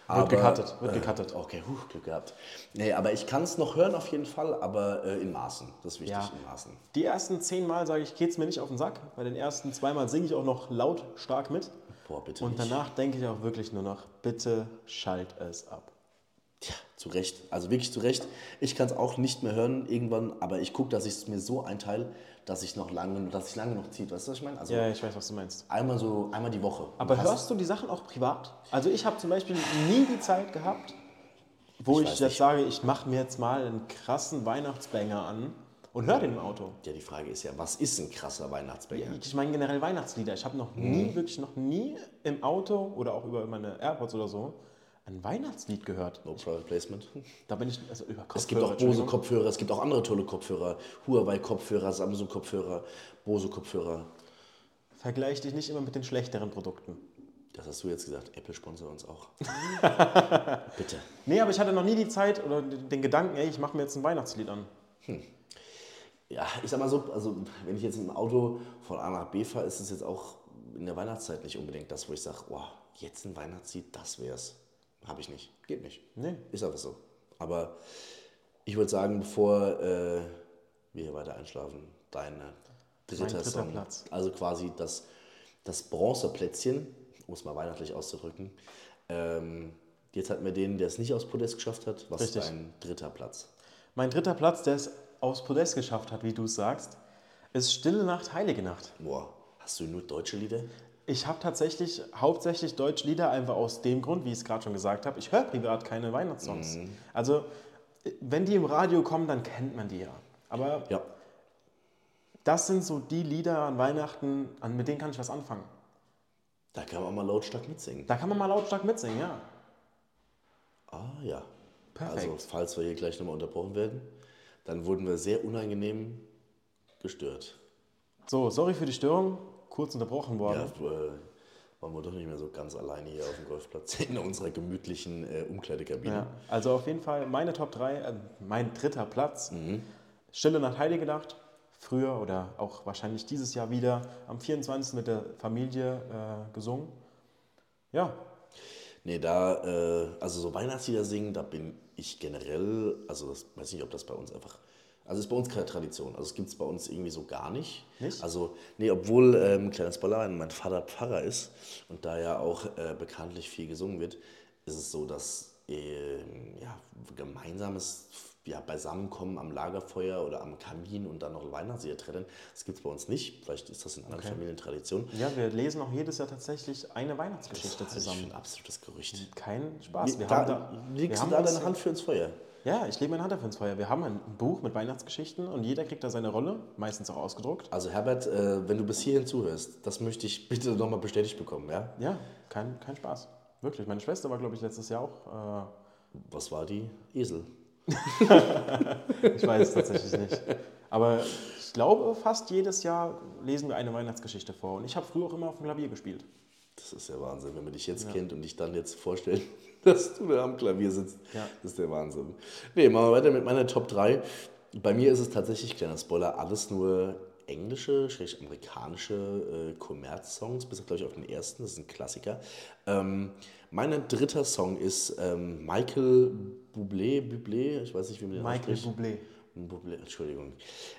Speaker 1: Aber, äh,
Speaker 2: gecuttet, wird gecuttet.
Speaker 1: Okay, huh, Glück gehabt. Nee, aber ich kann es noch hören auf jeden Fall, aber äh, in Maßen. Das ist wichtig,
Speaker 2: Ja.
Speaker 1: in Maßen.
Speaker 2: Die ersten zehn Mal sage ich, geht's mir nicht auf den Sack. Bei den ersten zweimal singe ich auch noch laut stark mit.
Speaker 1: Boah, bitte
Speaker 2: Und
Speaker 1: nicht.
Speaker 2: danach denke ich auch wirklich nur noch, bitte schalt es ab.
Speaker 1: Tja, zu Recht. Also wirklich zu Recht. Ich kann es auch nicht mehr hören irgendwann, aber ich gucke, dass ich es mir so einteile, dass ich noch lange, dass ich lange noch zieht. Weißt du, was ich meine? Also
Speaker 2: Ja, ich weiß, was du meinst.
Speaker 1: einmal so, einmal die Woche.
Speaker 2: Aber
Speaker 1: Du hast-
Speaker 2: hörst du die Sachen auch privat? Also ich habe zum Beispiel nie die Zeit gehabt, wo ich,
Speaker 1: Ich weiß
Speaker 2: jetzt
Speaker 1: nicht.
Speaker 2: sage, ich mache mir jetzt mal einen krassen Weihnachtsbanger an und höre den im Auto.
Speaker 1: Ja, die Frage ist ja, was ist ein krasser Weihnachtsbänger?
Speaker 2: Ich meine generell Weihnachtslieder. Ich habe noch nie,
Speaker 1: Mhm.
Speaker 2: wirklich noch nie im Auto oder auch über meine AirPods oder so ein Weihnachtslied gehört.
Speaker 1: No Private
Speaker 2: <laughs>
Speaker 1: Placement.
Speaker 2: Da bin ich also über Kopfhörer.
Speaker 1: Es gibt auch Bose Kopfhörer, es gibt auch andere tolle Kopfhörer. Huawei Kopfhörer, Samsung Kopfhörer, Bose Kopfhörer.
Speaker 2: Vergleich dich nicht immer mit den schlechteren Produkten.
Speaker 1: Das hast du jetzt gesagt. Apple sponsert uns
Speaker 2: <laughs>
Speaker 1: auch. Bitte.
Speaker 2: Nee, aber ich hatte noch nie die Zeit oder den Gedanken, ey, ich mache mir jetzt ein Weihnachtslied an.
Speaker 1: Ja, ich sag mal so, also wenn ich jetzt im Auto von A nach B fahre, ist es jetzt auch in der Weihnachtszeit nicht unbedingt das, wo ich sage, wow, jetzt ein Weihnachtslied, das wär's. Habe ich nicht. Geht nicht.
Speaker 2: Nee.
Speaker 1: Ist einfach so. Aber ich würde sagen, bevor äh, wir hier weiter einschlafen, dein dritter,
Speaker 2: dritter
Speaker 1: Song.
Speaker 2: Platz.
Speaker 1: Also quasi das, das Bronzeplätzchen, um es mal weihnachtlich auszudrücken. Ähm, jetzt hatten wir den, der es nicht aus Podest geschafft hat. Was
Speaker 2: Richtig.
Speaker 1: ist dein dritter Platz?
Speaker 2: Mein dritter Platz, der es aufs Podest geschafft hat, wie du es sagst, ist Stille Nacht, Heilige Nacht.
Speaker 1: Boah, hast du nur deutsche Lieder?
Speaker 2: Ich habe tatsächlich hauptsächlich Deutschlieder einfach aus dem Grund, wie ich es gerade schon gesagt habe, ich höre privat keine Weihnachtssongs. Also, wenn die im Radio kommen, dann kennt man die ja. Aber
Speaker 1: Ja.
Speaker 2: das sind so die Lieder an Weihnachten, an, mit denen kann ich was anfangen.
Speaker 1: Da kann man mal lautstark mitsingen.
Speaker 2: Da kann man mal lautstark mitsingen, ja.
Speaker 1: Ah ja.
Speaker 2: Perfekt.
Speaker 1: Also, falls wir hier gleich nochmal unterbrochen werden, dann wurden wir sehr unangenehm gestört.
Speaker 2: So, sorry für die Störung, kurz unterbrochen worden.
Speaker 1: Ja, äh, waren wir doch nicht mehr so ganz alleine hier auf dem Golfplatz in unserer gemütlichen äh, Umkleidekabine.
Speaker 2: Ja, also auf jeden Fall meine Top 3, äh, mein dritter Platz.
Speaker 1: Mhm.
Speaker 2: Stille Nacht, Heilige Nacht. Früher oder auch wahrscheinlich dieses Jahr wieder am 24. mit der Familie äh, gesungen. Ja,
Speaker 1: Nee, da, äh, also so Weihnachtslieder singen, da bin ich generell, also das, weiß nicht, ob das bei uns einfach, also ist bei uns keine Tradition, also es gibt es bei uns irgendwie so gar nicht.
Speaker 2: Nicht?
Speaker 1: Also, nee, obwohl, ähm, kleiner Spoiler, mein Vater Pfarrer ist und da ja auch äh, bekanntlich viel gesungen wird, ist es so, dass ähm, ja, gemeinsames ja, Beisammenkommen am Lagerfeuer oder am Kamin und dann noch Weihnachtslieder trennen, das gibt es bei uns nicht, vielleicht ist das in anderen Familien Tradition.
Speaker 2: ja, wir lesen auch jedes Jahr tatsächlich eine Weihnachtsgeschichte
Speaker 1: Das ist
Speaker 2: zusammen.
Speaker 1: ein absolutes Gerücht.
Speaker 2: Kein Spaß. Wir
Speaker 1: da,
Speaker 2: haben da, wir
Speaker 1: legst
Speaker 2: haben
Speaker 1: du da halt-
Speaker 2: uns-
Speaker 1: deine Hand für ins Feuer?
Speaker 2: Ja, ich lege meine Hand dafür ins Feuer. Wir haben ein Buch mit Weihnachtsgeschichten und jeder kriegt da seine Rolle, meistens auch ausgedruckt.
Speaker 1: Also Herbert, äh, wenn du bis hierhin zuhörst, das möchte ich bitte nochmal bestätigt bekommen, ja?
Speaker 2: Ja, kein, kein Spaß. Wirklich. Meine Schwester war, glaube ich, letztes Jahr auch. Äh,
Speaker 1: Was war die? Esel.
Speaker 2: Ich weiß es tatsächlich nicht. Aber ich glaube, fast jedes Jahr lesen wir eine Weihnachtsgeschichte vor. Und ich habe früher auch immer auf dem Klavier gespielt.
Speaker 1: Das ist der Wahnsinn, wenn man dich jetzt kennt und dich dann jetzt vorstellt, <laughs> dass du da am Klavier sitzt.
Speaker 2: Ja.
Speaker 1: Das ist der Wahnsinn. Nee, machen wir weiter mit meiner Top 3. Bei mir ist es tatsächlich, kleiner Spoiler, alles nur englische, schräg amerikanische äh, Commerz-Songs, bis glaube ich auf den ersten, das ist ein Klassiker. Ähm, mein dritter Song ist ähm, Michael Bublé, Bublé, ich weiß nicht, wie man den
Speaker 2: Michael
Speaker 1: ausspricht.
Speaker 2: Bublé.
Speaker 1: Ein Problem, Entschuldigung.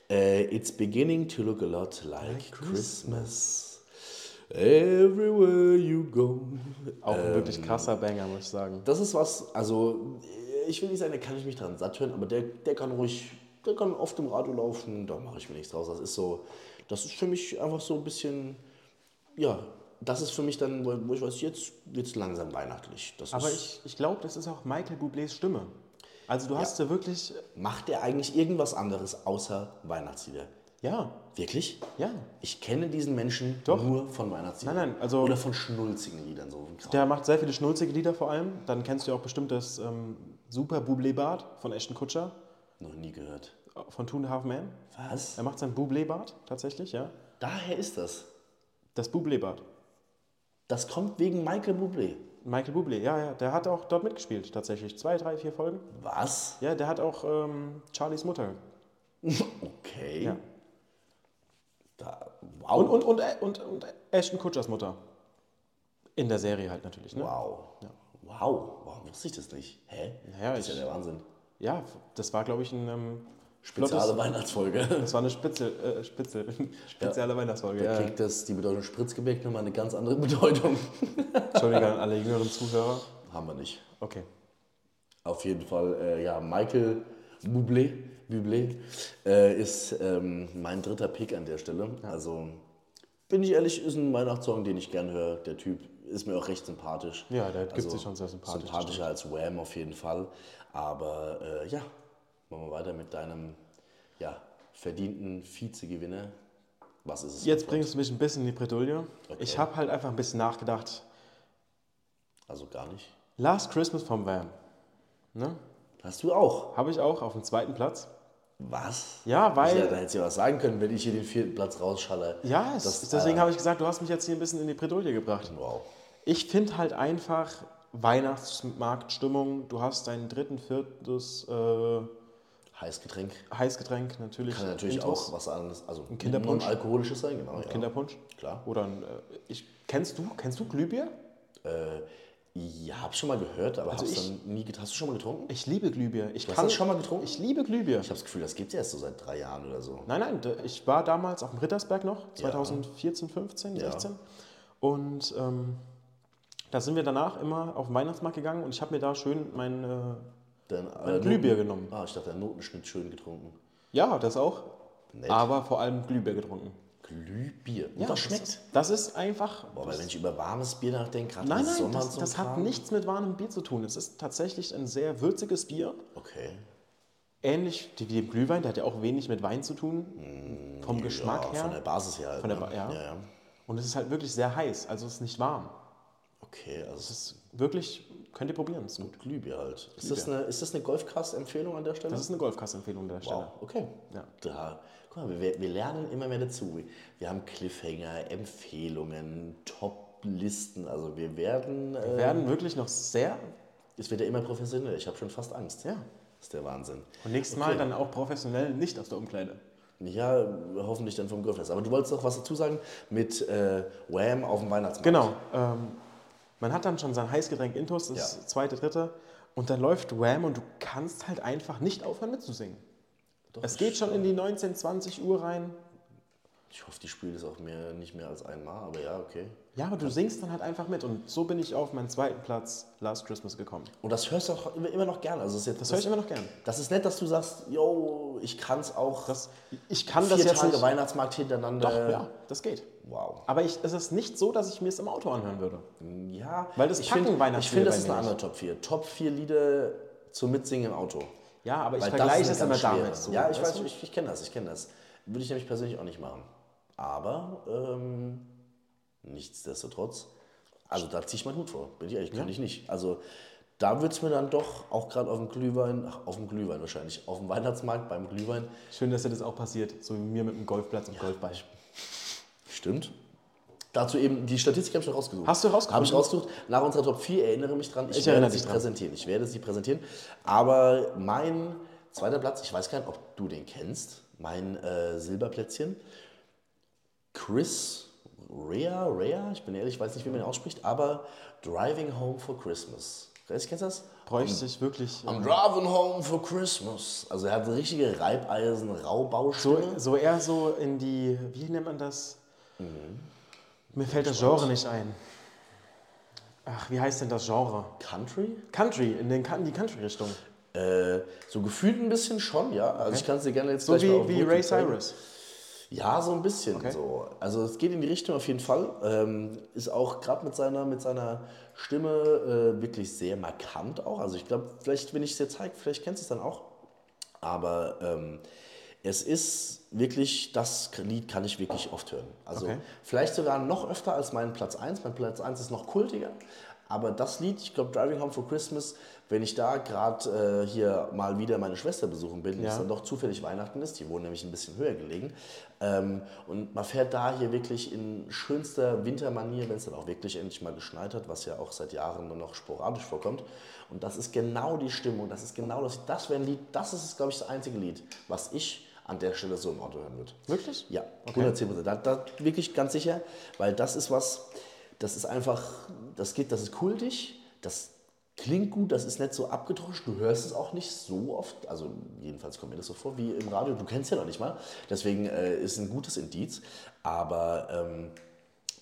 Speaker 1: Äh, it's beginning to look a lot like, Christmas. Everywhere you go.
Speaker 2: Auch ein wirklich krasser Banger, muss ich sagen.
Speaker 1: Das ist was, also ich will nicht sagen, da kann ich mich dran satt hören, aber der, der kann ruhig, der kann oft im Radio laufen, da mache ich mir nichts draus. Das ist so, das ist für mich einfach so ein bisschen, ja, das ist für mich dann, wo wo ich weiß, jetzt wird's langsam weihnachtlich. Das
Speaker 2: Aber
Speaker 1: ist,
Speaker 2: ich, ich glaube, das ist auch Michael Bublés Stimme. Also du hast ja wirklich,
Speaker 1: macht der eigentlich irgendwas anderes außer Weihnachtslieder?
Speaker 2: ja,
Speaker 1: Wirklich?
Speaker 2: ja.
Speaker 1: Ich kenne diesen Menschen
Speaker 2: Doch.
Speaker 1: nur von Weihnachtsliedern.
Speaker 2: Nein, nein, also-
Speaker 1: Oder von schnulzigen Liedern, so ein Kram.
Speaker 2: Der macht sehr viele schnulzige Lieder vor allem. Dann kennst du ja auch bestimmt das ähm, Super Bublé Bart von Ashton Kutscher, äh,
Speaker 1: Noch nie gehört.
Speaker 2: von Two and a Half Man.
Speaker 1: Was?
Speaker 2: Er macht sein Bublé Bart tatsächlich, ja.
Speaker 1: Daher ist das.
Speaker 2: Das Bublé Bart.
Speaker 1: Das kommt wegen Michael Bublé.
Speaker 2: Michael Bublé, ja, ja. Der hat auch dort mitgespielt tatsächlich. Zwei, drei, vier Folgen.
Speaker 1: Was?
Speaker 2: Ja, der hat auch ähm, Charlies Mutter.
Speaker 1: Okay.
Speaker 2: Ja.
Speaker 1: Da, wow.
Speaker 2: Und, und, und, äh, und, und Ashton Kutschers Mutter. In der Serie halt natürlich, ne?
Speaker 1: wow.
Speaker 2: Ja.
Speaker 1: Wow. Warum wusste ich das nicht? Hä?
Speaker 2: Naja,
Speaker 1: das ist
Speaker 2: ich-
Speaker 1: ja der Wahnsinn.
Speaker 2: Ja, das war, glaube ich, ein ähm,
Speaker 1: Spezielle
Speaker 2: flottes-
Speaker 1: Weihnachtsfolge.
Speaker 2: Das war eine Spitzel, äh, Spitzel, <laughs> spezielle Weihnachtsfolge.
Speaker 1: Da
Speaker 2: Ja.
Speaker 1: kriegt das die Bedeutung Spritzgebäck nochmal eine ganz andere Bedeutung.
Speaker 2: Entschuldigung an alle jüngeren Zuhörer.
Speaker 1: Haben wir nicht.
Speaker 2: Okay.
Speaker 1: Auf jeden Fall, äh, ja, Michael Bublé, Bublé äh, ist ähm, mein dritter Pick an der Stelle. Also, bin ich ehrlich, ist ein Weihnachtssong, den ich gern höre. Der Typ ist mir auch recht sympathisch. Also,
Speaker 2: Ja, der gibt sich schon sehr sympathisch,
Speaker 1: Sympathischer als Wham auf jeden Fall. Aber äh, ja, machen wir weiter mit deinem ja, verdienten Vizegewinner. Was ist es?
Speaker 2: Jetzt bringst du mich ein bisschen in die Bredouille. Ich habe halt einfach ein bisschen nachgedacht.
Speaker 1: Also gar nicht.
Speaker 2: Last Christmas vom Van. Ne?
Speaker 1: Hast du auch.
Speaker 2: Habe ich auch auf dem zweiten Platz.
Speaker 1: Was?
Speaker 2: Ja, weil.
Speaker 1: Ja, da hätte ich ja was sagen können, wenn ich hier den vierten Platz rausschalle.
Speaker 2: Ja, es-
Speaker 1: Das- äh,
Speaker 2: deswegen habe ich gesagt, du hast mich jetzt hier ein bisschen in die Bredouille gebracht.
Speaker 1: Wow.
Speaker 2: Ich finde halt einfach Weihnachtsmarktstimmung. Du hast dein dritten, viertes äh,
Speaker 1: Heißes Getränk.
Speaker 2: Heißgetränk natürlich.
Speaker 1: Kann natürlich
Speaker 2: Intus,
Speaker 1: auch was anderes, also ein
Speaker 2: Kinderpunsch.
Speaker 1: alkoholisches sein, genau. Ja.
Speaker 2: Kinderpunsch.
Speaker 1: Klar.
Speaker 2: Oder ein, äh, ich, kennst du kennst du Glühbier?
Speaker 1: Äh, ja, hab's schon mal gehört, aber hab's
Speaker 2: Also ich-
Speaker 1: dann nie getrunken. Hast du schon mal getrunken?
Speaker 2: Ich liebe Glühbier. Ich
Speaker 1: Du hast
Speaker 2: kann
Speaker 1: das schon mal getrunken?
Speaker 2: Ich liebe Glühbier.
Speaker 1: Ich habe das Gefühl, das gibt's erst so seit drei Jahren oder so.
Speaker 2: Nein, nein, da- ich war damals auf dem Rittersberg noch, 2014, 15,
Speaker 1: Ja.
Speaker 2: 16. Und ähm, da sind wir danach immer auf den Weihnachtsmarkt gegangen und ich habe mir da schön mein. Äh,
Speaker 1: Dann,
Speaker 2: Ein
Speaker 1: äh,
Speaker 2: Glühbier
Speaker 1: Noten-
Speaker 2: genommen.
Speaker 1: Ah, ich dachte, einen Notenschnitt schön getrunken.
Speaker 2: ja, das auch.
Speaker 1: Nett.
Speaker 2: Aber vor allem Glühbier getrunken.
Speaker 1: Glühbier. Und
Speaker 2: Ja,
Speaker 1: das
Speaker 2: Ist,
Speaker 1: schmeckt.
Speaker 2: das ist einfach.
Speaker 1: Boah, weil wenn ich über warmes Bier nachdenke, gerade
Speaker 2: nein,
Speaker 1: im
Speaker 2: nein,
Speaker 1: Sommer und
Speaker 2: das,
Speaker 1: so ein
Speaker 2: das hat
Speaker 1: Kram.
Speaker 2: nichts mit warmem Bier zu tun. Es ist tatsächlich ein sehr würziges Bier.
Speaker 1: Okay.
Speaker 2: Ähnlich wie dem Glühwein, der hat ja auch wenig mit Wein zu tun. Vom Geschmack
Speaker 1: Mm, ja,
Speaker 2: her.
Speaker 1: Von der Basis her halt.
Speaker 2: Von der
Speaker 1: ne?
Speaker 2: Ba- ja.
Speaker 1: ja, ja.
Speaker 2: Und es ist halt wirklich sehr heiß, also es ist nicht warm.
Speaker 1: Okay, also es
Speaker 2: Es
Speaker 1: ist
Speaker 2: ist wirklich, könnt ihr probieren, ist gut.
Speaker 1: Glühbier halt. Ist das eine, ist das eine Golfcast-Empfehlung an der Stelle?
Speaker 2: Das ist eine Golfkasse-Empfehlung an der Stelle.
Speaker 1: Wow, okay.
Speaker 2: Ja.
Speaker 1: Da, guck mal, wir, wir lernen immer mehr dazu. Wir haben Cliffhanger, Empfehlungen, Top-Listen. Also wir werden,
Speaker 2: Wir
Speaker 1: äh,
Speaker 2: werden wirklich noch sehr,
Speaker 1: es wird ja immer professioneller. Ich habe schon fast Angst.
Speaker 2: ja.
Speaker 1: Das ist der Wahnsinn.
Speaker 2: Und nächstes Mal dann auch professionell, nicht aus der Umkleide.
Speaker 1: Ja, hoffentlich dann vom Golfcast. Aber du wolltest noch was dazu sagen mit äh, Wham auf dem Weihnachtsmarkt.
Speaker 2: Genau. Ähm, man hat dann schon sein Heißgetränk Intus, das
Speaker 1: Ja.
Speaker 2: zweite, dritte. Und dann läuft Wham und du kannst halt einfach nicht aufhören mitzusingen.
Speaker 1: Doch,
Speaker 2: Es geht schon in die 19, 20 Uhr rein.
Speaker 1: Ich hoffe, die spielen das auch mehr, nicht mehr als einmal, aber ja, okay.
Speaker 2: Ja, aber du singst dann halt einfach mit. Und so bin ich auf meinen zweiten Platz Last Christmas gekommen.
Speaker 1: Und das hörst du auch immer, immer noch gerne. Also es ist jetzt,
Speaker 2: Das höre ich immer noch gern.
Speaker 1: das ist nett, dass du sagst, yo, ich kann es auch
Speaker 2: Das, ich kann
Speaker 1: vier
Speaker 2: das jetzt
Speaker 1: Tage
Speaker 2: nicht.
Speaker 1: Weihnachtsmarkt hintereinander.
Speaker 2: Doch, ja, das geht.
Speaker 1: Wow.
Speaker 2: Aber ich, es ist nicht so, dass ich mir es im Auto anhören würde.
Speaker 1: Ja,
Speaker 2: Weil das
Speaker 1: ich
Speaker 2: packen
Speaker 1: finde, ich
Speaker 2: Weihnachtslieder bei
Speaker 1: finde, das ist
Speaker 2: mir
Speaker 1: eine
Speaker 2: nicht.
Speaker 1: andere Top 4. Top 4 Lieder zum Mitsingen im Auto.
Speaker 2: Ja, aber ich
Speaker 1: Weil
Speaker 2: vergleiche
Speaker 1: ist
Speaker 2: es
Speaker 1: eine
Speaker 2: immer
Speaker 1: ganz schwere.
Speaker 2: damit. so,
Speaker 1: ja, ich
Speaker 2: weißt
Speaker 1: weiß,
Speaker 2: du?
Speaker 1: ich, ich kenne das, ich kenne das. Würde ich nämlich persönlich auch nicht machen. Aber ähm, nichtsdestotrotz, also da ziehe ich meinen Hut vor, bin ich ehrlich, kann ich nicht. Also da würde es mir dann doch auch gerade auf dem Glühwein, ach, auf dem Glühwein wahrscheinlich, auf dem Weihnachtsmarkt beim Glühwein,
Speaker 2: Schön, dass dir das auch passiert. So wie mir mit dem Golfplatz und Golfball.
Speaker 1: stimmt. Dazu eben, die Statistik habe ich noch rausgesucht.
Speaker 2: Hast du rausgesucht?
Speaker 1: Habe ich rausgesucht. Nach unserer Top 4 erinnere mich dran. Ich,
Speaker 2: Ich
Speaker 1: werde
Speaker 2: erinnere
Speaker 1: sie
Speaker 2: dich dran.
Speaker 1: präsentieren. Ich werde sie präsentieren. Aber mein zweiter Platz, ich weiß gar nicht, ob du den kennst, mein äh, Silberplätzchen. Chris Rea, Rea, ich bin ehrlich, ich weiß nicht, wie man ihn ausspricht, aber Driving Home for Christmas. Weißt du, Kennst du das?
Speaker 2: Bräuchte ich wirklich.
Speaker 1: I'm driving home for Christmas. Also er hat eine richtige Reibeisen, Raubaustimme.
Speaker 2: So, so eher so in die. Wie nennt man das?
Speaker 1: Mhm.
Speaker 2: Mir fällt das Genre nicht ein. Ach, wie heißt denn das Genre?
Speaker 1: Country?
Speaker 2: Country, in, den, in die Country-Richtung.
Speaker 1: Äh, so gefühlt ein bisschen schon, ja. Also ich kann es dir gerne jetzt
Speaker 2: So
Speaker 1: gleich mal auf
Speaker 2: wie,
Speaker 1: den
Speaker 2: wie
Speaker 1: Rücken
Speaker 2: Ray
Speaker 1: zeigen.
Speaker 2: Cyrus.
Speaker 1: Ja, so ein bisschen
Speaker 2: Okay.
Speaker 1: so. Also es geht in die Richtung auf jeden Fall. Ähm, ist auch gerade mit seiner, mit seiner Stimme äh, wirklich sehr markant auch. Also ich glaube, vielleicht, wenn ich es dir zeige, vielleicht kennst du es dann auch. Aber ähm, es ist wirklich, das Lied kann ich wirklich oft hören. Also
Speaker 2: Okay.
Speaker 1: vielleicht sogar noch öfter als mein Platz 1. Mein Platz 1 ist noch kultiger. Aber das Lied, ich glaube, Driving Home for Christmas, wenn ich da gerade äh, hier mal wieder meine Schwester besuchen bin, die
Speaker 2: Ja.
Speaker 1: ist dann doch zufällig Weihnachten ist, die wohnen nämlich ein bisschen höher gelegen. Ähm, und man fährt da hier wirklich in schönster Wintermanier, wenn es dann auch wirklich endlich mal geschneit hat, was ja auch seit Jahren nur noch sporadisch vorkommt. Und das ist genau die Stimmung, das ist genau das, das wäre ein Lied, das ist, glaube ich, das einzige Lied, was ich an der Stelle so im Auto hören würde.
Speaker 2: Wirklich?
Speaker 1: Ja, 110 Prozent. Da, da wirklich ganz sicher, weil das ist was, das ist einfach, das geht, das ist kultig, das klingt gut, das ist nicht so abgedroschen, du hörst es auch nicht so oft, also jedenfalls kommt mir das so vor wie im Radio, du kennst ja noch nicht mal, deswegen äh, ist ein gutes Indiz, aber ähm,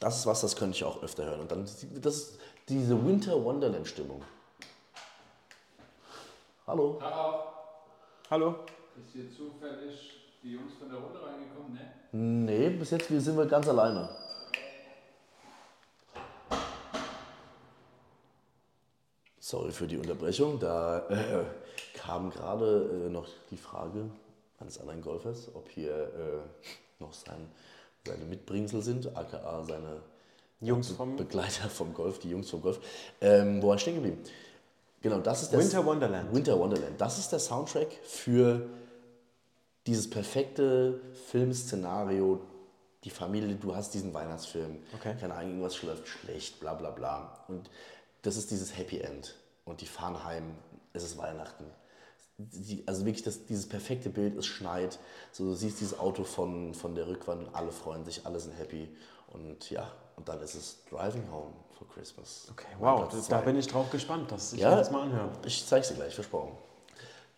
Speaker 1: das ist was, das könnte ich auch öfter hören und dann, das ist diese Winter Wonderland Stimmung. Hallo.
Speaker 2: Hallo?
Speaker 3: Ist hier zufällig die Jungs von der Runde reingekommen, ne?
Speaker 1: Nee, bis jetzt sind wir ganz alleine. Sorry für die Unterbrechung. Da äh, kam gerade äh, noch die Frage eines anderen Golfers, ob hier äh, noch sein, seine Mitbringsel sind, aka seine
Speaker 2: Jungs vom
Speaker 1: Begleiter vom Golf, die Jungs vom Golf. Ähm, wo war ich stehen geblieben? Genau, das ist der
Speaker 2: Winter Wonderland.
Speaker 1: Winter Wonderland. Das ist der Soundtrack für dieses perfekte Filmszenario. Die Familie, du hast diesen Weihnachtsfilm.
Speaker 2: Okay.
Speaker 1: Keine Ahnung, irgendwas läuft schlecht, bla bla bla. Und das ist dieses Happy End. Und die fahren heim, es ist Weihnachten. Die, also wirklich das, dieses perfekte Bild, es schneit. So, du siehst dieses Auto von, von der Rückwand und alle freuen sich, alle sind happy. Und ja, Und dann ist es Driving Home for Christmas.
Speaker 2: Okay, wow,
Speaker 1: Mein
Speaker 2: da,
Speaker 1: Platz
Speaker 2: da
Speaker 1: zwei.
Speaker 2: bin ich drauf gespannt, dass ich
Speaker 1: Ja.
Speaker 2: mir das mal anhöre.
Speaker 1: Ich zeig's dir gleich, versprochen.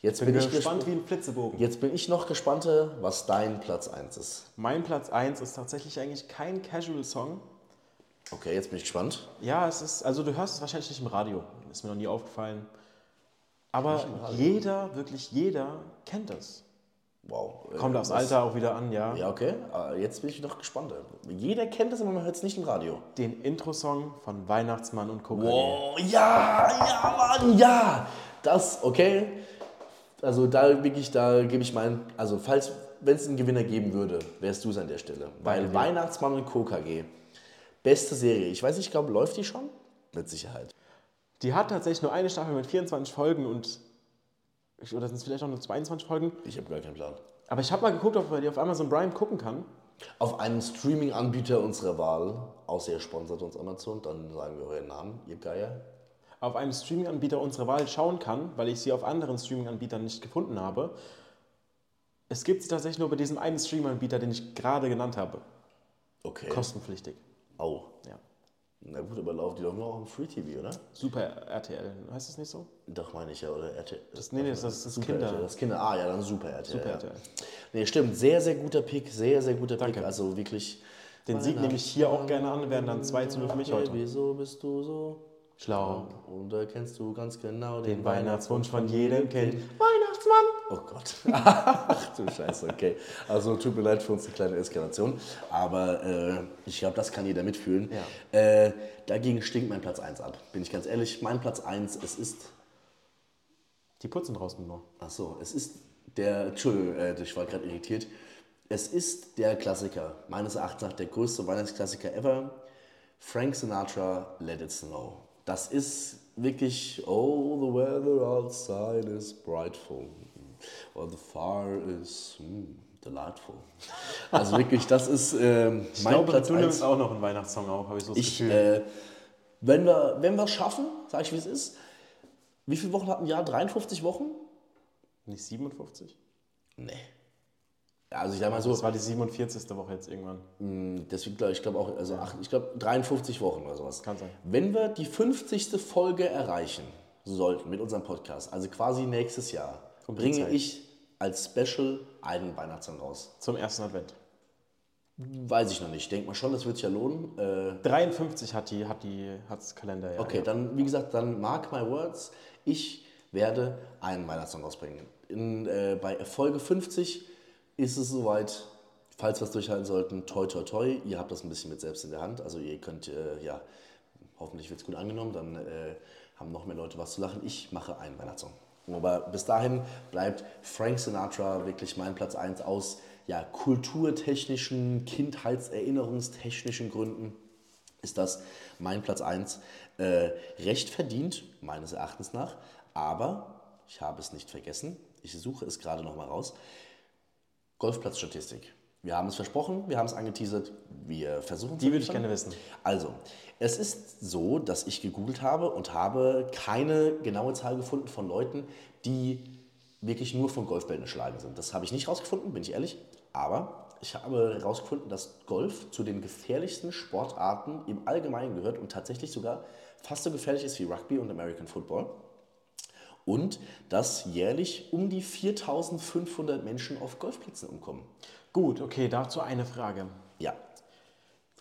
Speaker 1: Jetzt
Speaker 2: Bin,
Speaker 1: bin, ich
Speaker 2: gespannt
Speaker 1: gespannt.
Speaker 2: wie ein Flitzebogen.
Speaker 1: Jetzt bin ich noch gespannter, was dein Platz 1 ist.
Speaker 2: Mein Platz 1 ist tatsächlich eigentlich kein Casual-Song.
Speaker 1: Okay, jetzt bin ich gespannt.
Speaker 2: Ja, es ist, also du hörst es wahrscheinlich nicht im Radio. Ist mir noch nie aufgefallen. Aber jeder, wirklich jeder kennt das.
Speaker 1: Wow. äh,
Speaker 2: Kommt aufs
Speaker 1: was-
Speaker 2: Alter auch wieder an, ja.
Speaker 1: Ja, okay. Äh, Jetzt bin ich noch gespannter. Jeder kennt das, aber man hört es nicht im Radio.
Speaker 2: Den Intro-Song von Weihnachtsmann und Kokani.
Speaker 1: Oh, ja, ja, Mann, ja. Das, okay. Also da wirklich, da gebe ich meinen, also falls, wenn es einen Gewinner geben würde, wärst du es an der Stelle. Weil Weihnachtsmann und KKG, beste Serie. Ich weiß nicht, ich glaube, läuft die schon? Mit Sicherheit.
Speaker 2: Die hat tatsächlich nur eine Staffel mit 24 Folgen und. ich- Oder sind es vielleicht auch nur 22 Folgen?
Speaker 1: Ich habe gar keinen Plan.
Speaker 2: Aber ich habe mal geguckt, ob man die auf Amazon Prime gucken kann.
Speaker 1: Auf einen Streaming-Anbieter unserer Wahl, außer ihr sponsert uns Amazon, dann sagen wir euren Namen, ihr Geier.
Speaker 2: Auf einem Streaming-Anbieter unserer Wahl schauen kann, weil ich sie auf anderen Streaming-Anbietern nicht gefunden habe. Es gibt sie tatsächlich nur bei diesem einen Streaming-Anbieter, den ich gerade genannt habe.
Speaker 1: Okay.
Speaker 2: Kostenpflichtig.
Speaker 1: Au.
Speaker 2: Ja.
Speaker 1: Na gut, aber laufen die doch nur auch im Free TV, oder?
Speaker 2: Super RTL, heißt das nicht so?
Speaker 1: Doch, meine ich ja, oder RTL.
Speaker 2: Das, nee, nee, das ist das
Speaker 1: Super
Speaker 2: Kinder.
Speaker 1: RTL, das Kinder. Ah, ja, dann Super RTL.
Speaker 2: Super
Speaker 1: ja.
Speaker 2: RTL.
Speaker 1: Nee, stimmt. Sehr, sehr guter Pick. Sehr, sehr guter Pick.
Speaker 2: Danke.
Speaker 1: Also wirklich.
Speaker 2: Den Sieg nehme ich hier auch gerne an, wären dann 2 zu 0 für mich heute.
Speaker 1: Wieso bist du so?
Speaker 2: Schlau.
Speaker 1: Und da kennst du ganz genau den,
Speaker 2: Den
Speaker 1: Weihnachten.
Speaker 2: Weihnachtswunsch von jedem Kind.
Speaker 1: Oh Gott. <laughs> Ach du Scheiße, okay. Also tut mir leid für uns eine kleine Eskalation. Aber äh, ich glaube, das kann jeder mitfühlen.
Speaker 2: Ja.
Speaker 1: Äh, dagegen stinkt mein Platz 1 ab. Bin ich ganz ehrlich. Mein Platz 1, es ist
Speaker 2: Die putzen draußen nur.
Speaker 1: Ach so, es ist der, Entschuldigung, äh, ich war gerade irritiert. Es ist der Klassiker, meines Erachtens nach der größte Weihnachtsklassiker ever. Frank Sinatra, Let It Snow. Das ist wirklich, oh, the weather outside is brightful. Or the fire is mm, delightful. Also wirklich, das ist ähm,
Speaker 2: Ich
Speaker 1: mein
Speaker 2: glaube,
Speaker 1: Platz
Speaker 2: du
Speaker 1: eins.
Speaker 2: nimmst auch noch einen Weihnachtssong auf, habe ich so das
Speaker 1: Ich,
Speaker 2: Gefühl.
Speaker 1: äh, wenn wir wenn wir es schaffen, sage ich wie es ist. Wie viele Wochen hat ein Jahr? 53 Wochen?
Speaker 2: Nicht 57?
Speaker 1: Nee. Also ich sag mal so,
Speaker 2: Das war die 47. Woche jetzt irgendwann.
Speaker 1: Deswegen glaube ich glaube auch, also acht, ich glaube 53 Wochen oder sowas.
Speaker 2: Kann sein.
Speaker 1: Wenn wir die 50. Folge erreichen sollten mit unserem Podcast, also quasi nächstes Jahr,
Speaker 2: Um die
Speaker 1: bringe
Speaker 2: Zeit.
Speaker 1: ich als Special einen Weihnachtssong raus.
Speaker 2: Zum ersten Advent.
Speaker 1: Weiß ich noch nicht. Denk mal schon, das wird sich ja lohnen. Äh,
Speaker 2: 53 hat die, hat die, hat's Kalender, ja.
Speaker 1: okay, dann, wie gesagt, dann mark my words. Ich werde einen Weihnachtssong rausbringen. In, äh, bei Folge 50 ist es soweit. Falls wir es durchhalten sollten, toi toi toi, ihr habt das ein bisschen mit selbst in der Hand. Also ihr könnt, äh, ja, hoffentlich wird es gut angenommen, dann äh, haben noch mehr Leute was zu lachen. Ich mache einen Weihnachtssong. Aber bis dahin bleibt Frank Sinatra wirklich mein Platz 1 aus ja, kulturtechnischen, kindheitserinnerungstechnischen Gründen ist das mein Platz 1 äh, recht verdient, meines Erachtens nach. Aber ich habe es nicht vergessen. Ich suche es gerade nochmal raus. Golfplatzstatistik. Wir haben es versprochen, wir haben es angeteasert, wir versuchen
Speaker 2: Die würde ich gerne wissen.
Speaker 1: also, es ist so, dass ich gegoogelt habe und habe keine genaue Zahl gefunden von Leuten, die wirklich nur von Golfbällen erschlagen sind. Das habe ich nicht rausgefunden, bin ich ehrlich. Aber ich habe herausgefunden, dass Golf zu den gefährlichsten Sportarten im Allgemeinen gehört und tatsächlich sogar fast so gefährlich ist wie Rugby und American Football. Und dass jährlich um die 4500 Menschen auf Golfplätzen umkommen.
Speaker 2: Gut, okay, dazu eine Frage.
Speaker 1: Ja.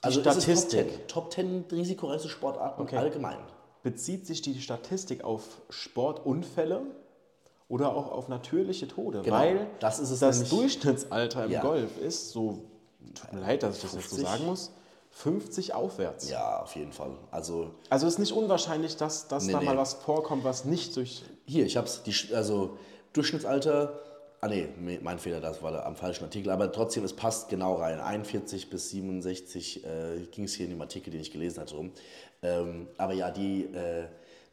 Speaker 1: Also
Speaker 2: Statistik.
Speaker 1: Es ist Top 10, Top 10 risikoreichste Sportarten
Speaker 2: Okay.
Speaker 1: allgemein.
Speaker 2: Bezieht sich die Statistik auf Sportunfälle oder auch auf natürliche Tode?
Speaker 1: Genau,
Speaker 2: Weil
Speaker 1: das ist es
Speaker 2: das
Speaker 1: nämlich.
Speaker 2: Durchschnittsalter im
Speaker 1: Ja.
Speaker 2: Golf ist so, tut mir leid, dass ich das jetzt so
Speaker 1: 50.
Speaker 2: sagen muss, 50 aufwärts.
Speaker 1: Ja, auf jeden Fall. Also
Speaker 2: Also ist nicht unwahrscheinlich, dass, dass
Speaker 1: Nee,
Speaker 2: da mal
Speaker 1: nee.
Speaker 2: was vorkommt, was nicht durch.
Speaker 1: hier, ich hab's, die, Sch- also Durchschnittsalter, ah nee, me- mein Fehler, das war da am falschen Artikel, aber trotzdem, es passt genau rein. 41 bis 67 äh, ging es hier in dem Artikel, den ich gelesen hatte, rum. Ähm, aber ja, die, äh,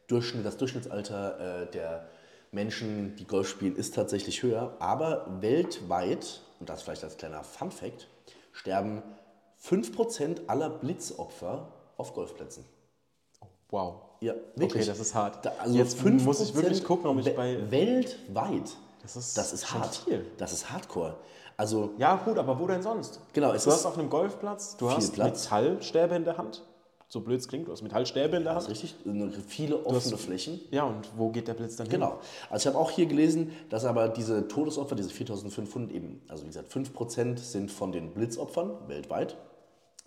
Speaker 1: Durchschnitt, das Durchschnittsalter äh, der Menschen, die Golf spielen, ist tatsächlich höher, aber weltweit, und das vielleicht als kleiner Fun-Fact, sterben 5% aller Blitzopfer auf Golfplätzen.
Speaker 2: Wow.
Speaker 1: Ja,
Speaker 2: Okay,
Speaker 1: wirklich.
Speaker 2: das ist hart.
Speaker 1: Da, also
Speaker 2: Jetzt
Speaker 1: 5%
Speaker 2: muss ich wirklich gucken, ob ich
Speaker 1: we-
Speaker 2: bei.
Speaker 1: Weltweit.
Speaker 2: Das ist
Speaker 1: das ist
Speaker 2: schon
Speaker 1: hart.
Speaker 2: viel.
Speaker 1: Das ist Hardcore. Also
Speaker 2: Ja, gut, aber wo denn sonst?
Speaker 1: Genau, es
Speaker 2: es du
Speaker 1: ist
Speaker 2: hast auf einem Golfplatz, du
Speaker 1: viel
Speaker 2: hast
Speaker 1: Platz.
Speaker 2: Metallstäbe in der Hand. So blöd es klingt, du hast Metallstäbe in der
Speaker 1: das
Speaker 2: Hand.
Speaker 1: ist richtig, eine- viele offene Flächen.
Speaker 2: Ja, und wo geht der Blitz dann hin?
Speaker 1: Genau. Also ich habe auch hier gelesen, dass aber diese Todesopfer, diese 4500 eben, also wie gesagt, 5% sind von den Blitzopfern weltweit.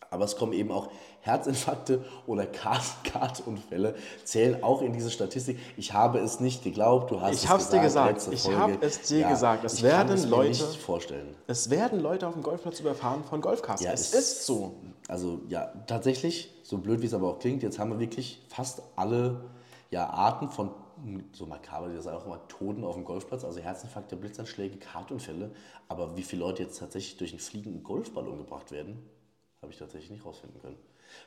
Speaker 1: Aber es kommen eben auch Herzinfarkte oder <laughs> Kartenunfälle, zählen auch in diese Statistik. Ich habe es nicht geglaubt, du hast
Speaker 2: Ich
Speaker 1: es
Speaker 2: hab's dir gesagt.
Speaker 1: letzte
Speaker 2: Ich
Speaker 1: Folge.
Speaker 2: hab es dir gesagt. Es
Speaker 1: ich
Speaker 2: werden
Speaker 1: kann es
Speaker 2: Leute-
Speaker 1: Mir nicht vorstellen.
Speaker 2: Es werden Leute auf dem Golfplatz überfahren von Golfcars.
Speaker 1: Ja,
Speaker 2: es
Speaker 1: es-
Speaker 2: ist so.
Speaker 1: Also ja, tatsächlich, so blöd wie es aber auch klingt, jetzt haben wir wirklich fast alle ja, Arten von, hm, so makaber, das auch immer, Toten auf dem Golfplatz, also Herzinfarkte, Blitzanschläge, Kartunfälle. Aber wie viele Leute jetzt tatsächlich durch einen fliegenden Golfballon gebracht werden, habe ich tatsächlich nicht rausfinden können.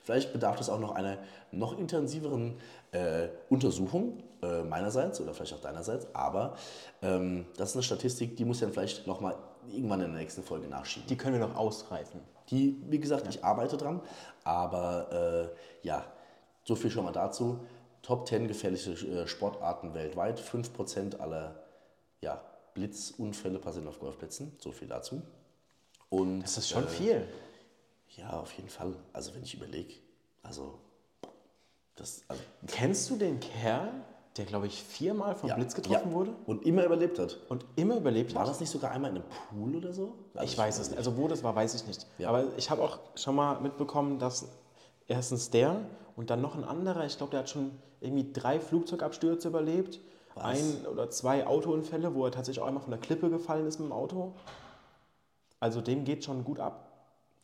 Speaker 1: Vielleicht bedarf es auch noch einer noch intensiveren äh, Untersuchung äh, meinerseits oder vielleicht auch deinerseits, aber ähm, das ist eine Statistik, die muss dann vielleicht nochmal irgendwann in der nächsten Folge nachschieben.
Speaker 2: Die können wir noch ausreifen.
Speaker 1: Die, wie gesagt, ich arbeite dran, aber äh, ja, so viel schon mal dazu. Top 10 gefährliche äh, Sportarten weltweit. 5% aller ja, Blitzunfälle passieren auf Golfplätzen. So viel dazu. Und äh,
Speaker 2: Das ist schon viel.
Speaker 1: ja, auf jeden Fall. Also wenn ich überlege, also das also,
Speaker 2: Kennst du den Kerl, der, glaube ich, viermal vom
Speaker 1: ja,
Speaker 2: Blitz getroffen
Speaker 1: ja.
Speaker 2: wurde
Speaker 1: Und immer überlebt hat.
Speaker 2: und immer überlebt
Speaker 1: War
Speaker 2: hat?
Speaker 1: das nicht sogar einmal in einem Pool oder so? Also
Speaker 2: Ich weiß es nicht. Also wo das war, weiß ich nicht.
Speaker 1: Ja.
Speaker 2: Aber ich habe auch schon mal mitbekommen, dass erstens der und dann noch ein anderer, ich glaube, der hat schon irgendwie drei Flugzeugabstürze überlebt, ein oder zwei Autounfälle, wo er tatsächlich auch einmal von der Klippe gefallen ist mit dem Auto. Also dem geht schon gut ab.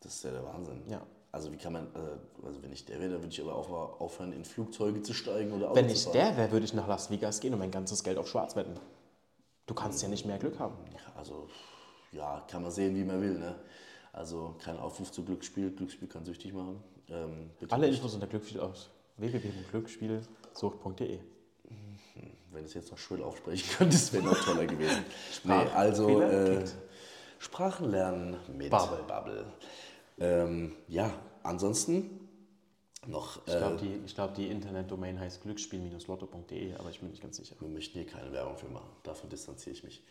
Speaker 1: Das ist ja der Wahnsinn.
Speaker 2: Ja.
Speaker 1: Also wie kann man, äh, also wenn ich der wäre, dann würde ich aber auch mal aufhören, in Flugzeuge zu steigen oder Auto
Speaker 2: Wenn
Speaker 1: zu
Speaker 2: ich
Speaker 1: fahren.
Speaker 2: der wäre, würde ich nach Las Vegas gehen und mein ganzes Geld auf Schwarz wetten. Du kannst ja nicht mehr Glück haben.
Speaker 1: Ja, Also, ja, kann man sehen, wie man will. Ne? Also, kein Aufruf zu Glücksspiel. Glücksspiel kann süchtig machen. Ähm, bitte
Speaker 2: Alle
Speaker 1: nicht,
Speaker 2: Infos unter Glücksspiel auf www.glücksspielsucht.de.
Speaker 1: wenn du es jetzt noch schön aufsprechen <laughs> könntest, wäre noch toller gewesen. nee, also,
Speaker 2: Fehler
Speaker 1: äh,
Speaker 2: kickt.
Speaker 1: Sprachen lernen mit
Speaker 2: Bubble.
Speaker 1: Bubble. Ähm, ja, ansonsten noch,
Speaker 2: Ich
Speaker 1: äh,
Speaker 2: glaube, die, ich glaub, die Internetdomain heißt glücksspiel-lotto.de, aber ich bin nicht ganz sicher.
Speaker 1: wir möchten hier keine Werbung für machen. Davon distanziere ich mich.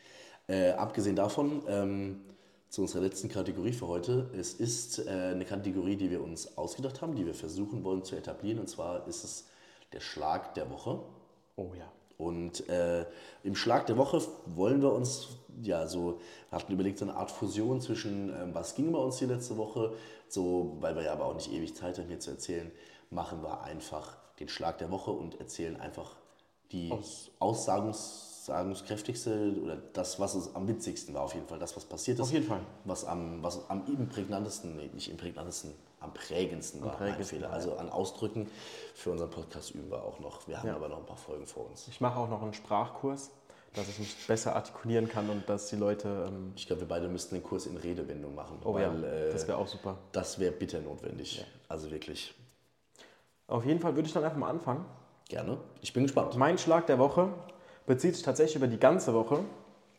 Speaker 1: Äh, abgesehen davon, ähm, zu unserer letzten Kategorie für heute. Es ist äh, eine Kategorie, die wir uns ausgedacht haben, die wir versuchen wollen zu etablieren. Und zwar ist es der Schlag der Woche.
Speaker 2: Oh ja.
Speaker 1: Und äh, im Schlag der Woche wollen wir uns, ja, so, wir hatten überlegt, so eine Art Fusion zwischen, ähm, was ging bei uns die letzte Woche, so, weil wir ja aber auch nicht ewig Zeit haben, hier zu erzählen, machen wir einfach den Schlag der Woche und erzählen einfach die Aussagungs aussagungskräftigste oder das, was uns am witzigsten war, auf jeden Fall, das, was passiert ist.
Speaker 2: Auf jeden Fall.
Speaker 1: Was am, was am imprägnantesten, nee, nicht imprägnantesten, am prägendsten war, mein
Speaker 2: prägendsten,
Speaker 1: Fehler. Also an Ausdrücken für unseren Podcast üben wir auch noch. Wir haben
Speaker 2: Ja.
Speaker 1: aber noch ein paar Folgen vor uns.
Speaker 2: Ich mache auch noch einen Sprachkurs, dass ich mich besser artikulieren kann und dass die Leute. Ähm,
Speaker 1: Ich glaube, wir beide müssten einen Kurs in Redewendung machen,
Speaker 2: oh
Speaker 1: weil
Speaker 2: ja,
Speaker 1: äh,
Speaker 2: das wäre auch super.
Speaker 1: das wäre bitter notwendig. Also wirklich,
Speaker 2: Auf jeden Fall würde ich dann einfach mal anfangen.
Speaker 1: gerne. Ich bin gespannt.
Speaker 2: Mein Schlag der Woche bezieht sich tatsächlich über die ganze Woche.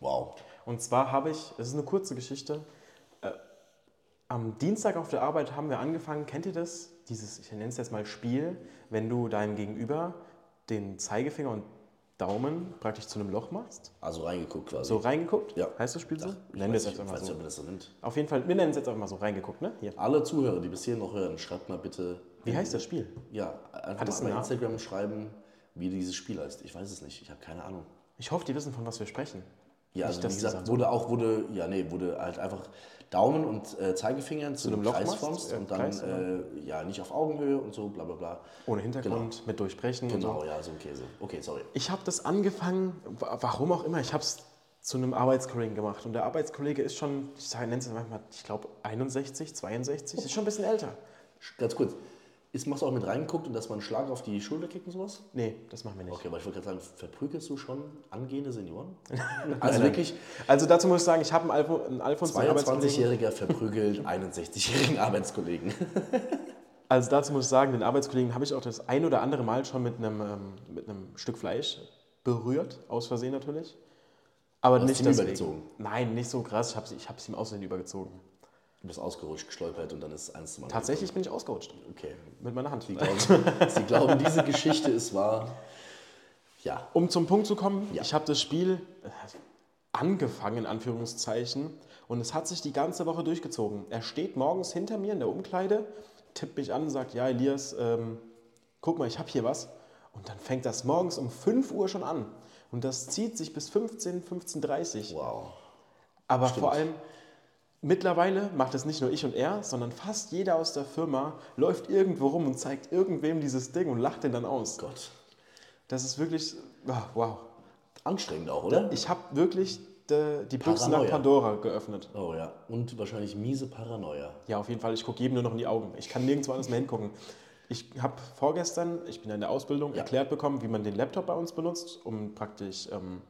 Speaker 1: Wow.
Speaker 2: Und zwar habe ich, es ist eine kurze Geschichte, äh, am Dienstag auf der Arbeit haben wir angefangen, kennt ihr das? Dieses, ich nenne es jetzt mal Spiel, wenn du deinem Gegenüber den Zeigefinger und Daumen praktisch zu einem Loch machst.
Speaker 1: Also reingeguckt quasi.
Speaker 2: So reingeguckt?
Speaker 1: Ja.
Speaker 2: Heißt das Spiel so?
Speaker 1: Ich
Speaker 2: Nennen wir
Speaker 1: weiß
Speaker 2: es
Speaker 1: nicht,
Speaker 2: jetzt einfach
Speaker 1: weiß nicht, ob
Speaker 2: so.
Speaker 1: man das so nennt.
Speaker 2: Auf jeden Fall, wir nennen es jetzt einfach mal so reingeguckt, ne? Hier.
Speaker 1: Alle Zuhörer, die bis hier noch hören, schreibt mal bitte,
Speaker 2: Wie heißt das Spiel?
Speaker 1: ja, einfach
Speaker 2: Hat es
Speaker 1: mal bei
Speaker 2: einen
Speaker 1: Instagram schreiben, wie dieses Spiel heißt. Ich weiß es nicht, ich habe keine Ahnung.
Speaker 2: Ich hoffe, die wissen, von was wir sprechen.
Speaker 1: Ja,
Speaker 2: Nicht,
Speaker 1: also
Speaker 2: dass
Speaker 1: wie
Speaker 2: die sagen
Speaker 1: gesagt,
Speaker 2: so.
Speaker 1: wurde auch, wurde, ja, nee, wurde halt einfach Daumen und äh, Zeigefinger zu einem
Speaker 2: einem Loch
Speaker 1: Kreis
Speaker 2: machst,
Speaker 1: formst
Speaker 2: äh,
Speaker 1: und dann,
Speaker 2: Kreis, ja.
Speaker 1: äh, ja, nicht auf Augenhöhe und so, bla bla bla.
Speaker 2: Ohne Hintergrund, mit Durchbrechen und
Speaker 1: Genau,
Speaker 2: so.
Speaker 1: ja, so ein Käse. Okay, sorry.
Speaker 2: Ich habe das angefangen, wa- warum auch immer, ich habe es zu einem Arbeitskollegen gemacht. Und der Arbeitskollege ist schon, ich nenne es manchmal, ich glaube 61, 62, ist schon ein bisschen älter.
Speaker 1: Ganz kurz. Ist man auch mit reingeguckt und dass man einen Schlag auf die Schulter kriegt und sowas?
Speaker 2: Nee, das machen wir nicht.
Speaker 1: Okay, aber ich wollte gerade sagen, verprügelst du schon angehende <laughs> Senioren? Also wirklich,
Speaker 2: Also dazu muss ich sagen, ich habe einen, Alfo, einen Alfons, einen Arbeitskollegen,
Speaker 1: 22-Jähriger verprügelt 61-jährigen <laughs> Arbeitskollegen.
Speaker 2: Also dazu muss ich sagen, den Arbeitskollegen habe ich auch das ein oder andere Mal schon mit einem, ähm, mit einem Stück Fleisch berührt, aus Versehen natürlich. Aber
Speaker 1: hast
Speaker 2: nicht
Speaker 1: ihm
Speaker 2: deswegen.
Speaker 1: übergezogen?
Speaker 2: Nein, nicht so krass. Ich habe es ich hab's ihm aus Versehen übergezogen.
Speaker 1: Du bist ausgerutscht, gestolpert und dann ist eins zum anderen.
Speaker 2: Tatsächlich bin ich ausgerutscht
Speaker 1: Okay.
Speaker 2: mit meiner Hand.
Speaker 1: Sie glauben, Sie glauben, diese Geschichte ist wahr. Ja,
Speaker 2: Um zum Punkt zu kommen,
Speaker 1: Ja.
Speaker 2: ich habe das Spiel äh, angefangen, in Anführungszeichen. Und es hat sich die ganze Woche durchgezogen. Er steht morgens hinter mir in der Umkleide, tippt mich an und sagt, ja Elias, ähm, guck mal, ich habe hier was. Und dann fängt das morgens um 5 Uhr schon an. Und das zieht sich bis 15, 15.30 Uhr.
Speaker 1: Wow.
Speaker 2: Aber vor allem, mittlerweile macht es nicht nur ich und er, sondern fast jeder aus der Firma läuft irgendwo rum und zeigt irgendwem dieses Ding und lacht den dann aus.
Speaker 1: Gott.
Speaker 2: Das ist wirklich, ah, wow.
Speaker 1: Anstrengend auch, oder?
Speaker 2: Ich habe wirklich de, die Büchse
Speaker 1: Paranoia.
Speaker 2: nach Pandora geöffnet.
Speaker 1: Oh ja. Und wahrscheinlich miese Paranoia.
Speaker 2: Ja, auf jeden Fall. Ich gucke jedem nur noch in die Augen. Ich kann nirgendwo anders mehr hingucken. Ich habe vorgestern, ich bin ja in der Ausbildung,
Speaker 1: Ja.
Speaker 2: erklärt bekommen, wie man den Laptop bei uns benutzt, um praktisch ähm,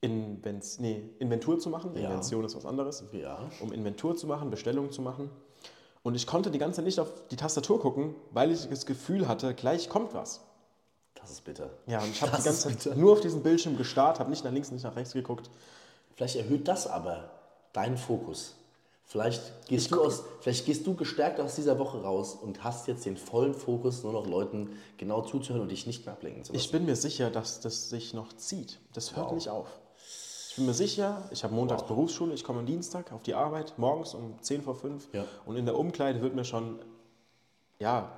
Speaker 2: Invens nee, Inventur zu machen.
Speaker 1: Ja.
Speaker 2: Invention ist was anderes.
Speaker 1: Ja.
Speaker 2: um Inventur zu machen, Bestellungen zu machen. Und ich konnte die ganze Zeit nicht auf die Tastatur gucken, weil ich das Gefühl hatte, gleich kommt was.
Speaker 1: Das ist bitter.
Speaker 2: Ja, und ich habe
Speaker 1: Das
Speaker 2: die ganze
Speaker 1: ist
Speaker 2: Zeit nur auf diesen Bildschirm gestarrt, habe nicht nach links, nicht nach rechts geguckt.
Speaker 1: Vielleicht erhöht das aber deinen Fokus. Vielleicht gehst, du aus, vielleicht gehst du gestärkt aus dieser Woche raus und hast jetzt den vollen Fokus, nur noch Leuten genau zuzuhören und dich nicht mehr ablenken zu lassen.
Speaker 2: Ich bin mir sicher, dass das sich noch zieht. Das hört
Speaker 1: Wow.
Speaker 2: nicht auf. Ich bin mir sicher, ich habe montags
Speaker 1: Wow.
Speaker 2: Berufsschule, ich komme am Dienstag auf die Arbeit, morgens um 10 vor 5.
Speaker 1: Ja.
Speaker 2: Und in der Umkleide wird mir schon, ja,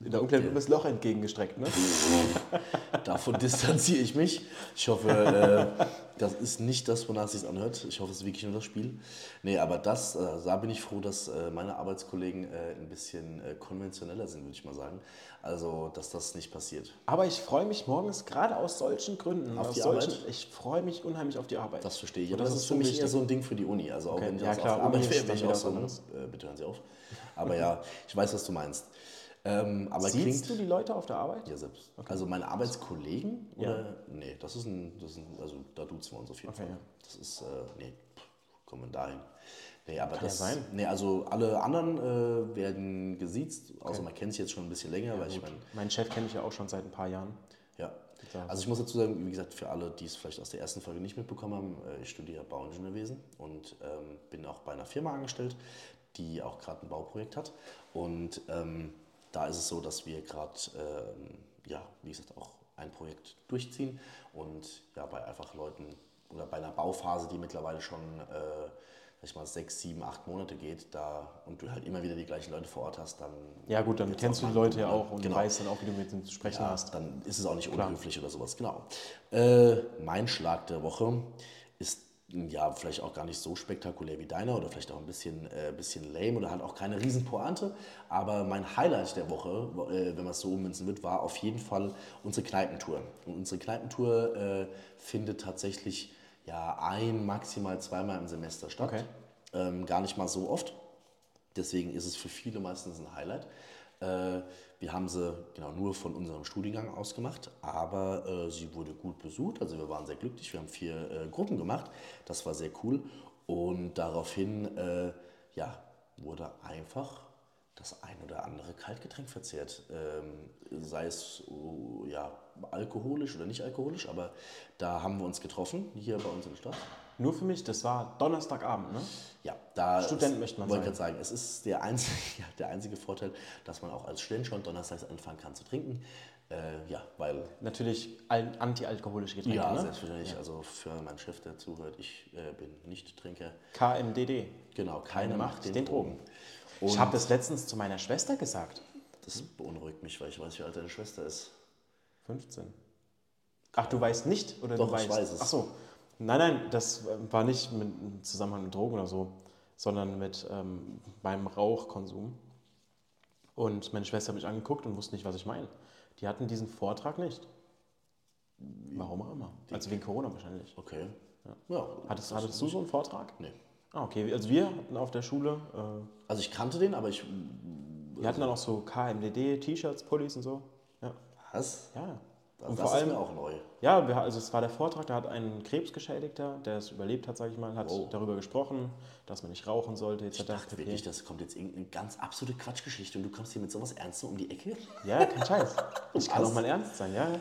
Speaker 2: in der Umkleide wird mir das Loch entgegengestreckt. Ne?
Speaker 1: Davon <laughs> distanziere ich mich. Ich hoffe, äh, das ist nicht das, wonach es sich anhört. Ich hoffe, es ist wirklich nur das Spiel. Nee, aber das, äh, da bin ich froh, dass äh, meine Arbeitskollegen äh, ein bisschen äh, konventioneller sind, würde ich mal sagen. Also, dass das nicht passiert.
Speaker 2: Aber ich freue mich morgens gerade aus solchen Gründen.
Speaker 1: Auf
Speaker 2: aus
Speaker 1: die
Speaker 2: solchen,
Speaker 1: Arbeit?
Speaker 2: Ich freue mich unheimlich auf die Arbeit.
Speaker 1: Das verstehe ich.
Speaker 2: Und
Speaker 1: Aber das, ist für mich eher so ein Ding für die Uni. Also auch
Speaker 2: Okay,
Speaker 1: wenn ich
Speaker 2: ja,
Speaker 1: das
Speaker 2: klar,
Speaker 1: auf der Arbeit
Speaker 2: Uni ist
Speaker 1: wäre, wäre
Speaker 2: dann
Speaker 1: ich
Speaker 2: wieder
Speaker 1: auch
Speaker 2: was
Speaker 1: so,
Speaker 2: anderes.
Speaker 1: <laughs> äh, bitte hören Sie auf. Aber ja, ich weiß, was du meinst. Ähm, aber
Speaker 2: Siehst
Speaker 1: klingt
Speaker 2: du die Leute auf der Arbeit?
Speaker 1: ja selbst. Also meine Arbeitskollegen?
Speaker 2: Ja.
Speaker 1: Oder? Nee, das ist ein, das ist ein, also da duzen wir uns auf jeden
Speaker 2: Okay,
Speaker 1: Fall.
Speaker 2: ja.
Speaker 1: Das ist, äh, nee, pff, kommen wir dahin. Nee, aber das,
Speaker 2: ja sein.
Speaker 1: nee, also alle anderen äh, werden gesiezt, außer man kennt sich jetzt schon ein bisschen länger, weil ich meine,
Speaker 2: Mein Chef kenne ich ja auch schon seit ein paar Jahren.
Speaker 1: ja.
Speaker 2: Ja.
Speaker 1: Also ich muss dazu sagen, wie gesagt, für alle, die es vielleicht aus der ersten Folge nicht mitbekommen haben, äh, ich studiere Bauingenieurwesen und ähm, bin auch bei einer Firma angestellt, die auch gerade ein Bauprojekt hat. Und ähm, da ist es so, dass wir gerade, ähm, ja, wie gesagt, auch ein Projekt durchziehen und ja, bei einfach Leuten oder bei einer Bauphase, die mittlerweile schon, äh, sag ich mal, sechs, sieben, acht Monate geht, da und du halt immer wieder die gleichen Leute vor Ort hast, dann
Speaker 2: Ja gut, dann
Speaker 1: wird's
Speaker 2: kennst du
Speaker 1: auch
Speaker 2: die
Speaker 1: mal
Speaker 2: Leute ja
Speaker 1: gut, ne?
Speaker 2: auch und
Speaker 1: Genau.
Speaker 2: weißt dann auch, wie du mit ihnen zu sprechen
Speaker 1: Ja,
Speaker 2: hast.
Speaker 1: dann ist es auch nicht
Speaker 2: Klar.
Speaker 1: unhöflich oder sowas, genau. Äh, mein Schlag der Woche ist hm, ja vielleicht auch gar nicht so spektakulär wie deiner oder vielleicht auch ein bisschen, äh, bisschen lame oder hat auch keine Riesenpointe. Aber mein Highlight der Woche, äh, wenn man es so ummünzen wird, war auf jeden Fall unsere Kneipentour. Und unsere Kneipentour äh, findet tatsächlich ja ein, maximal zweimal im Semester statt.
Speaker 2: Okay.
Speaker 1: Ähm, gar nicht mal so oft. Deswegen ist es für viele meistens ein Highlight. Äh, wir haben sie genau nur von unserem Studiengang aus gemacht, aber äh, sie wurde gut besucht. Also wir waren sehr glücklich. Wir haben vier äh, Gruppen gemacht. Das war sehr cool. Und daraufhin äh, ja, wurde einfach das ein oder andere Kaltgetränk verzehrt. Ähm, sei es oh, ja, alkoholisch oder nicht alkoholisch, aber da haben wir uns getroffen, hier bei uns in der Stadt.
Speaker 2: Nur für mich, das war Donnerstagabend, ne?
Speaker 1: Ja, da
Speaker 2: Student
Speaker 1: es-
Speaker 2: möchte man
Speaker 1: wollte
Speaker 2: sein.
Speaker 1: gerade sagen, es ist der einzige, <laughs> ja, der einzige Vorteil, dass man auch als Student schon donnerstags anfangen kann zu trinken. Äh, ja, weil
Speaker 2: Natürlich ein antialkoholische Getränke,
Speaker 1: ja,
Speaker 2: ne?
Speaker 1: selbstverständlich, also für meinen Chef, der zuhört, ich äh, bin nicht Trinker.
Speaker 2: KMDD.
Speaker 1: Genau, keine Macht den, Drogen.
Speaker 2: Ich habe das letztens zu meiner Schwester gesagt.
Speaker 1: Das beunruhigt mich, weil ich weiß, wie alt deine Schwester ist.
Speaker 2: 15. Ach, du weißt nicht oder
Speaker 1: Doch,
Speaker 2: du weißt?
Speaker 1: ich weiß es.
Speaker 2: Ach so. Nein, nein, das äh, war nicht mit, im Zusammenhang mit Drogen oder so, sondern mit ähm, meinem Rauchkonsum. Und meine Schwester hat mich angeguckt und wusste nicht, was ich meine. Die hatten diesen Vortrag nicht. Warum auch immer. Also wegen Corona wahrscheinlich.
Speaker 1: Okay. Ja.
Speaker 2: Hattest, hattest du so einen Vortrag?
Speaker 1: Nee.
Speaker 2: Ah, okay. Also wir hatten auf der Schule, äh,
Speaker 1: Also ich kannte den, aber ich.
Speaker 2: wir hatten dann auch so KMDD, T-Shirts, Pullis und so. Ja.
Speaker 1: Was?
Speaker 2: ja.
Speaker 1: Also
Speaker 2: Und
Speaker 1: das
Speaker 2: vor
Speaker 1: ist
Speaker 2: allem
Speaker 1: mir auch neu.
Speaker 2: Ja, wir, also es war der Vortrag, da hat ein Krebsgeschädigter, der es überlebt hat, sage ich mal, hat
Speaker 1: Wow.
Speaker 2: darüber gesprochen, dass man nicht rauchen sollte, etc.
Speaker 1: Oh. Ich dachte wirklich, das kommt jetzt irgendeine ganz absolute Quatschgeschichte und du kommst hier mit sowas Ernstem um die Ecke?
Speaker 2: Ja, kein Scheiß.
Speaker 1: <laughs>
Speaker 2: Ich kann
Speaker 1: Was?
Speaker 2: auch mal ernst sein, ja. ja.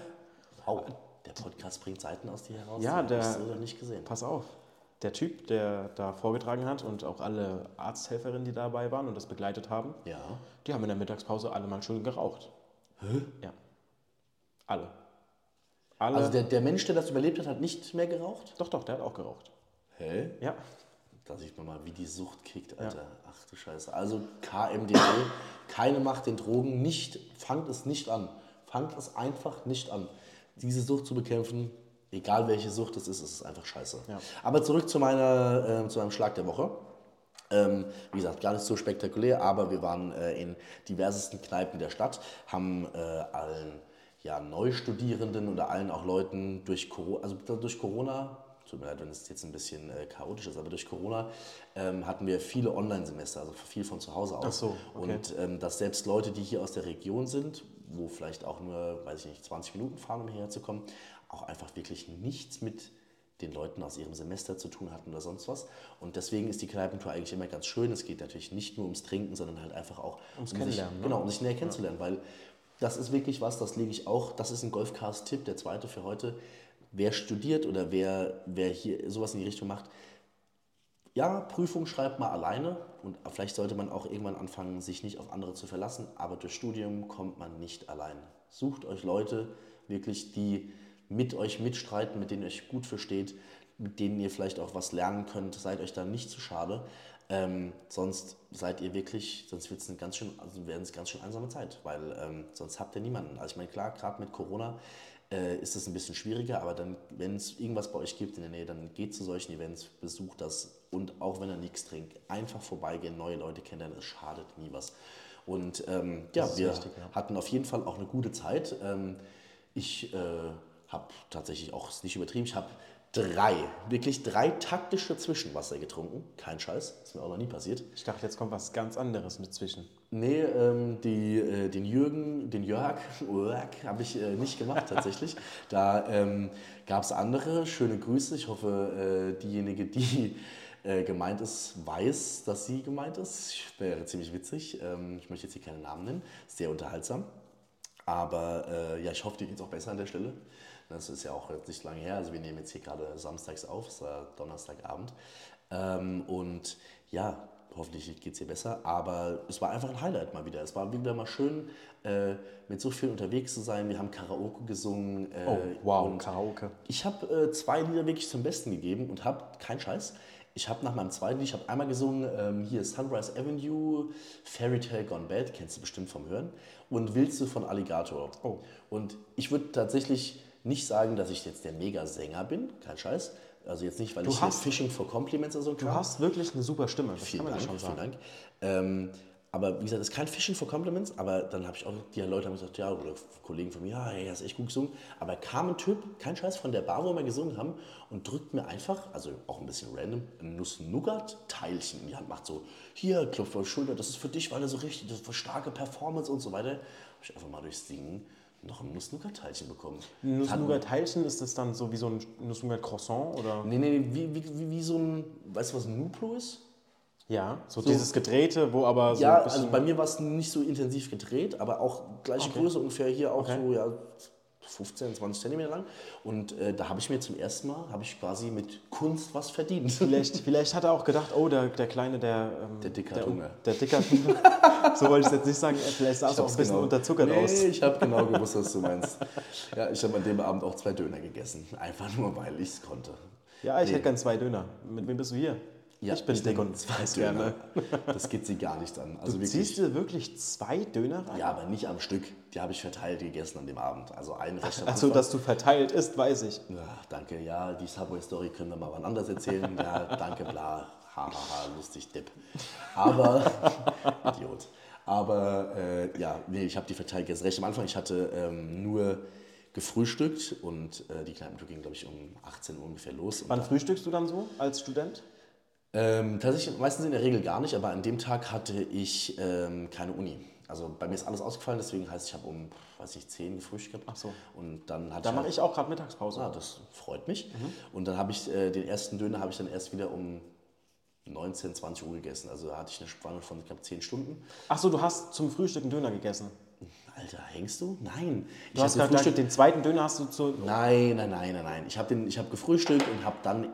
Speaker 1: Wow, Äh, der Podcast bringt Seiten aus dir heraus,
Speaker 2: Ja,
Speaker 1: die habe ich
Speaker 2: der-
Speaker 1: so noch nicht gesehen.
Speaker 2: Pass auf. Der Typ, der da vorgetragen hat und auch alle Arzthelferinnen, die dabei waren und das begleitet haben,
Speaker 1: Ja,
Speaker 2: die haben in der Mittagspause alle mal schön geraucht. Hä? Ja. Alle. Alle,
Speaker 1: Also der, der Mensch, der das überlebt hat, hat nicht mehr geraucht?
Speaker 2: doch, doch, der hat auch geraucht.
Speaker 1: Hä?
Speaker 2: Ja.
Speaker 1: Da sieht man mal, wie die Sucht kickt, Alter. Ach du Scheiße. Also KMDD, keine Macht den Drogen, nicht, fangt es nicht an. Fangt es einfach nicht an. Diese Sucht zu bekämpfen, egal welche Sucht es ist, es ist einfach scheiße.
Speaker 2: Ja.
Speaker 1: Aber zurück zu, meiner, äh, zu meinem Schlag der Woche. Ähm, wie gesagt, gar nicht so spektakulär, aber wir waren äh, in diversesten Kneipen der Stadt, haben äh, allen ja, Neustudierenden oder allen auch Leuten durch Corona, also durch Corona, tut mir leid, wenn es jetzt ein bisschen äh, chaotisch ist, aber durch Corona ähm, hatten wir viele Online-Semester, also viel von zu Hause aus.
Speaker 2: Ach so, okay.
Speaker 1: Und ähm, dass selbst Leute, die hier aus der Region sind, wo vielleicht auch nur, weiß ich nicht, 20 Minuten fahren, um hierher zu kommen, auch einfach wirklich nichts mit den Leuten aus ihrem Semester zu tun hatten oder sonst was. Und deswegen ist die Kneipentour eigentlich immer ganz schön. Es geht natürlich nicht nur ums Trinken, sondern halt einfach auch ums
Speaker 2: Kennenlernen,
Speaker 1: Sich,
Speaker 2: ne?
Speaker 1: Genau, um sich näher kennenzulernen, weil das ist wirklich was, das lege ich auch, das ist ein Golfcast-Tipp, der zweite für heute. Wer studiert oder wer, wer hier sowas in die Richtung macht, ja, Prüfung schreibt man alleine und vielleicht sollte man auch irgendwann anfangen, sich nicht auf andere zu verlassen, aber durch Studium kommt man nicht allein. Sucht euch Leute wirklich, die mit euch mitstreiten, mit denen ihr euch gut versteht, mit denen ihr vielleicht auch was lernen könnt, seid euch da nicht zu schade. Ähm, sonst seid ihr wirklich, sonst wird's eine ganz schön, also werden es ganz schön einsame Zeit, weil ähm, sonst habt ihr niemanden. Also ich meine, klar, gerade mit Corona äh, ist es ein bisschen schwieriger, aber dann, wenn es irgendwas bei euch gibt in der Nähe, dann geht zu solchen Events, besucht das und auch wenn ihr nichts trinkt, einfach vorbeigehen, neue Leute kennenlernen, es schadet nie was. Und ähm, ja,
Speaker 2: ist
Speaker 1: wir
Speaker 2: richtig, ja.
Speaker 1: hatten auf jeden Fall auch eine gute Zeit. Ähm, ich äh, habe tatsächlich auch es ist nicht übertrieben, ich habe drei, wirklich drei taktische Zwischenwasser getrunken, kein Scheiß, ist mir auch noch nie passiert.
Speaker 2: Ich dachte, jetzt kommt was ganz anderes mit zwischen.
Speaker 1: Nee, ähm, die, äh, den Jürgen, den Jörg, <laughs> Jörg habe ich äh, nicht gemacht tatsächlich. Da ähm, gab es andere. Schöne Grüße. Ich hoffe, äh, diejenige, die äh, gemeint ist, weiß, dass sie gemeint ist. Wäre ziemlich witzig. Ähm, ich möchte jetzt hier keine Namen nennen. Sehr unterhaltsam. Aber äh, ja, ich hoffe, dir geht es auch besser an der Stelle. Das ist ja auch jetzt nicht lange her. Also wir nehmen jetzt hier gerade samstags auf, es war Donnerstagabend. Ähm, und ja, hoffentlich geht es dir besser. Aber es war einfach ein Highlight mal wieder. Es war wieder mal schön, äh, mit so vielen unterwegs zu sein. Wir haben Karaoke gesungen. Äh,
Speaker 2: Oh, wow,
Speaker 1: Und
Speaker 2: Karaoke.
Speaker 1: ich habe äh, zwei Lieder wirklich zum Besten gegeben und habe, kein Scheiß, ich habe nach meinem zweiten Lied, ich habe einmal gesungen, ähm, hier Sunrise Avenue, Fairy Tale Gone Bad, kennst du bestimmt vom Hören, und Willst du von Alligator.
Speaker 2: Oh.
Speaker 1: Und ich würde tatsächlich nicht sagen, dass ich jetzt der Mega-Sänger bin, kein Scheiß. Also jetzt nicht, weil ich hier
Speaker 2: hast-
Speaker 1: Fishing for Compliments oder so ein
Speaker 2: Du hast wirklich eine super Stimme. Das
Speaker 1: Vielen
Speaker 2: kann man
Speaker 1: Dank,
Speaker 2: dir schon
Speaker 1: vielen
Speaker 2: sagen.
Speaker 1: Dank. Ähm, aber wie gesagt, es ist kein Fishing for Compliments, aber dann habe ich auch, die Leute haben gesagt, ja, oder Kollegen von mir, ja, hey, hast echt gut gesungen. Aber kam ein Typ, kein Scheiß, von der Bar, wo wir gesungen haben und drückt mir einfach, also auch ein bisschen random, ein Nuss-Nougat-Teilchen in die Hand, macht so, hier, klopft auf die Schulter, das ist für dich, weil du so richtig, das ist eine starke Performance und so weiter. Habe ich einfach mal durchs Singen noch ein Nuss-Nougat-Teilchen bekommen. Hat-
Speaker 2: Nuss-Nougat-Teilchen, ist das dann so wie so ein Nuss-Nougat-Croissant oder?
Speaker 1: Nee, nee, nee, wie, wie, wie, wie so ein, weißt du, was ein Nuplo ist?
Speaker 2: Ja, so, dieses Gedrehte, wo aber so
Speaker 1: Ja,
Speaker 2: ein bisschen...
Speaker 1: also bei mir war es nicht so intensiv gedreht, aber auch gleiche
Speaker 2: Okay.
Speaker 1: Größe ungefähr hier auch
Speaker 2: Okay.
Speaker 1: so ja 15, 20 Zentimeter lang. Und äh, da habe ich mir zum ersten Mal habe ich quasi mit Kunst
Speaker 2: <laughs>
Speaker 1: was verdient.
Speaker 2: Vielleicht, vielleicht hat er auch gedacht, oh, der, der Kleine, der... Ähm,
Speaker 1: Der Dicke hat
Speaker 2: der,
Speaker 1: Hunger.
Speaker 2: Der Dicke hat
Speaker 1: <laughs>
Speaker 2: Hunger. so wollte ich es jetzt nicht sagen. Vielleicht sah es auch ein bisschen unterzuckert
Speaker 1: genau. nee,
Speaker 2: aus.
Speaker 1: ich habe
Speaker 2: <laughs>
Speaker 1: genau gewusst, was du meinst. Ja, ich habe an dem Abend auch zwei Döner gegessen, einfach nur weil ich es konnte.
Speaker 2: Ja, ich
Speaker 1: Nee.
Speaker 2: hätte gern zwei Döner. Mit wem bist du hier?
Speaker 1: Ja,
Speaker 2: ich bin dick
Speaker 1: nehme
Speaker 2: und <laughs>
Speaker 1: zwei
Speaker 2: weiß
Speaker 1: Döner.
Speaker 2: gerne.
Speaker 1: Das geht sie gar nicht an. Also
Speaker 2: Du
Speaker 1: wirklich.
Speaker 2: ziehst dir wirklich zwei Döner rein?
Speaker 1: ja, aber nicht am Stück. Die habe ich verteilt gegessen an dem Abend. Also einen recht am
Speaker 2: Also,
Speaker 1: Anfang.
Speaker 2: dass du verteilt isst, weiß ich.
Speaker 1: Ja, danke, ja, die Subway-Story können wir mal wann anders erzählen. Ja, danke, bla, hahaha, ha, ha, lustig, Depp. Aber, <laughs> Idiot. Aber, äh, ja, nee, ich habe die verteilt jetzt recht am Anfang. Ich hatte ähm, nur gefrühstückt und äh, die Kneipentour ging, glaube ich, um 18 Uhr ungefähr los. Und
Speaker 2: Wann frühstückst du dann so als Student?
Speaker 1: ähm, tatsächlich meistens in der Regel gar nicht, aber an dem Tag hatte ich ähm, keine Uni. Also bei mir ist alles ausgefallen, deswegen heißt, ich habe um, weiß ich, 10 gefrühstückt.
Speaker 2: Ach so.
Speaker 1: Und dann hatte
Speaker 2: Da
Speaker 1: ich. halt-
Speaker 2: mache ich auch gerade Mittagspause.
Speaker 1: Ah, das freut mich. Und dann habe ich äh, den ersten Döner habe ich dann erst wieder um 19, 20 Uhr gegessen. Also da hatte ich eine Spanne von knapp 10 Stunden.
Speaker 2: Achso, du hast zum Frühstück einen Döner gegessen.
Speaker 1: Alter, hängst du? Nein. Ich
Speaker 2: Du hast
Speaker 1: hab
Speaker 2: gerade gesagt, den zweiten Döner hast du zu.
Speaker 1: Nein, nein, nein, nein, nein. Ich habe hab gefrühstückt und habe dann,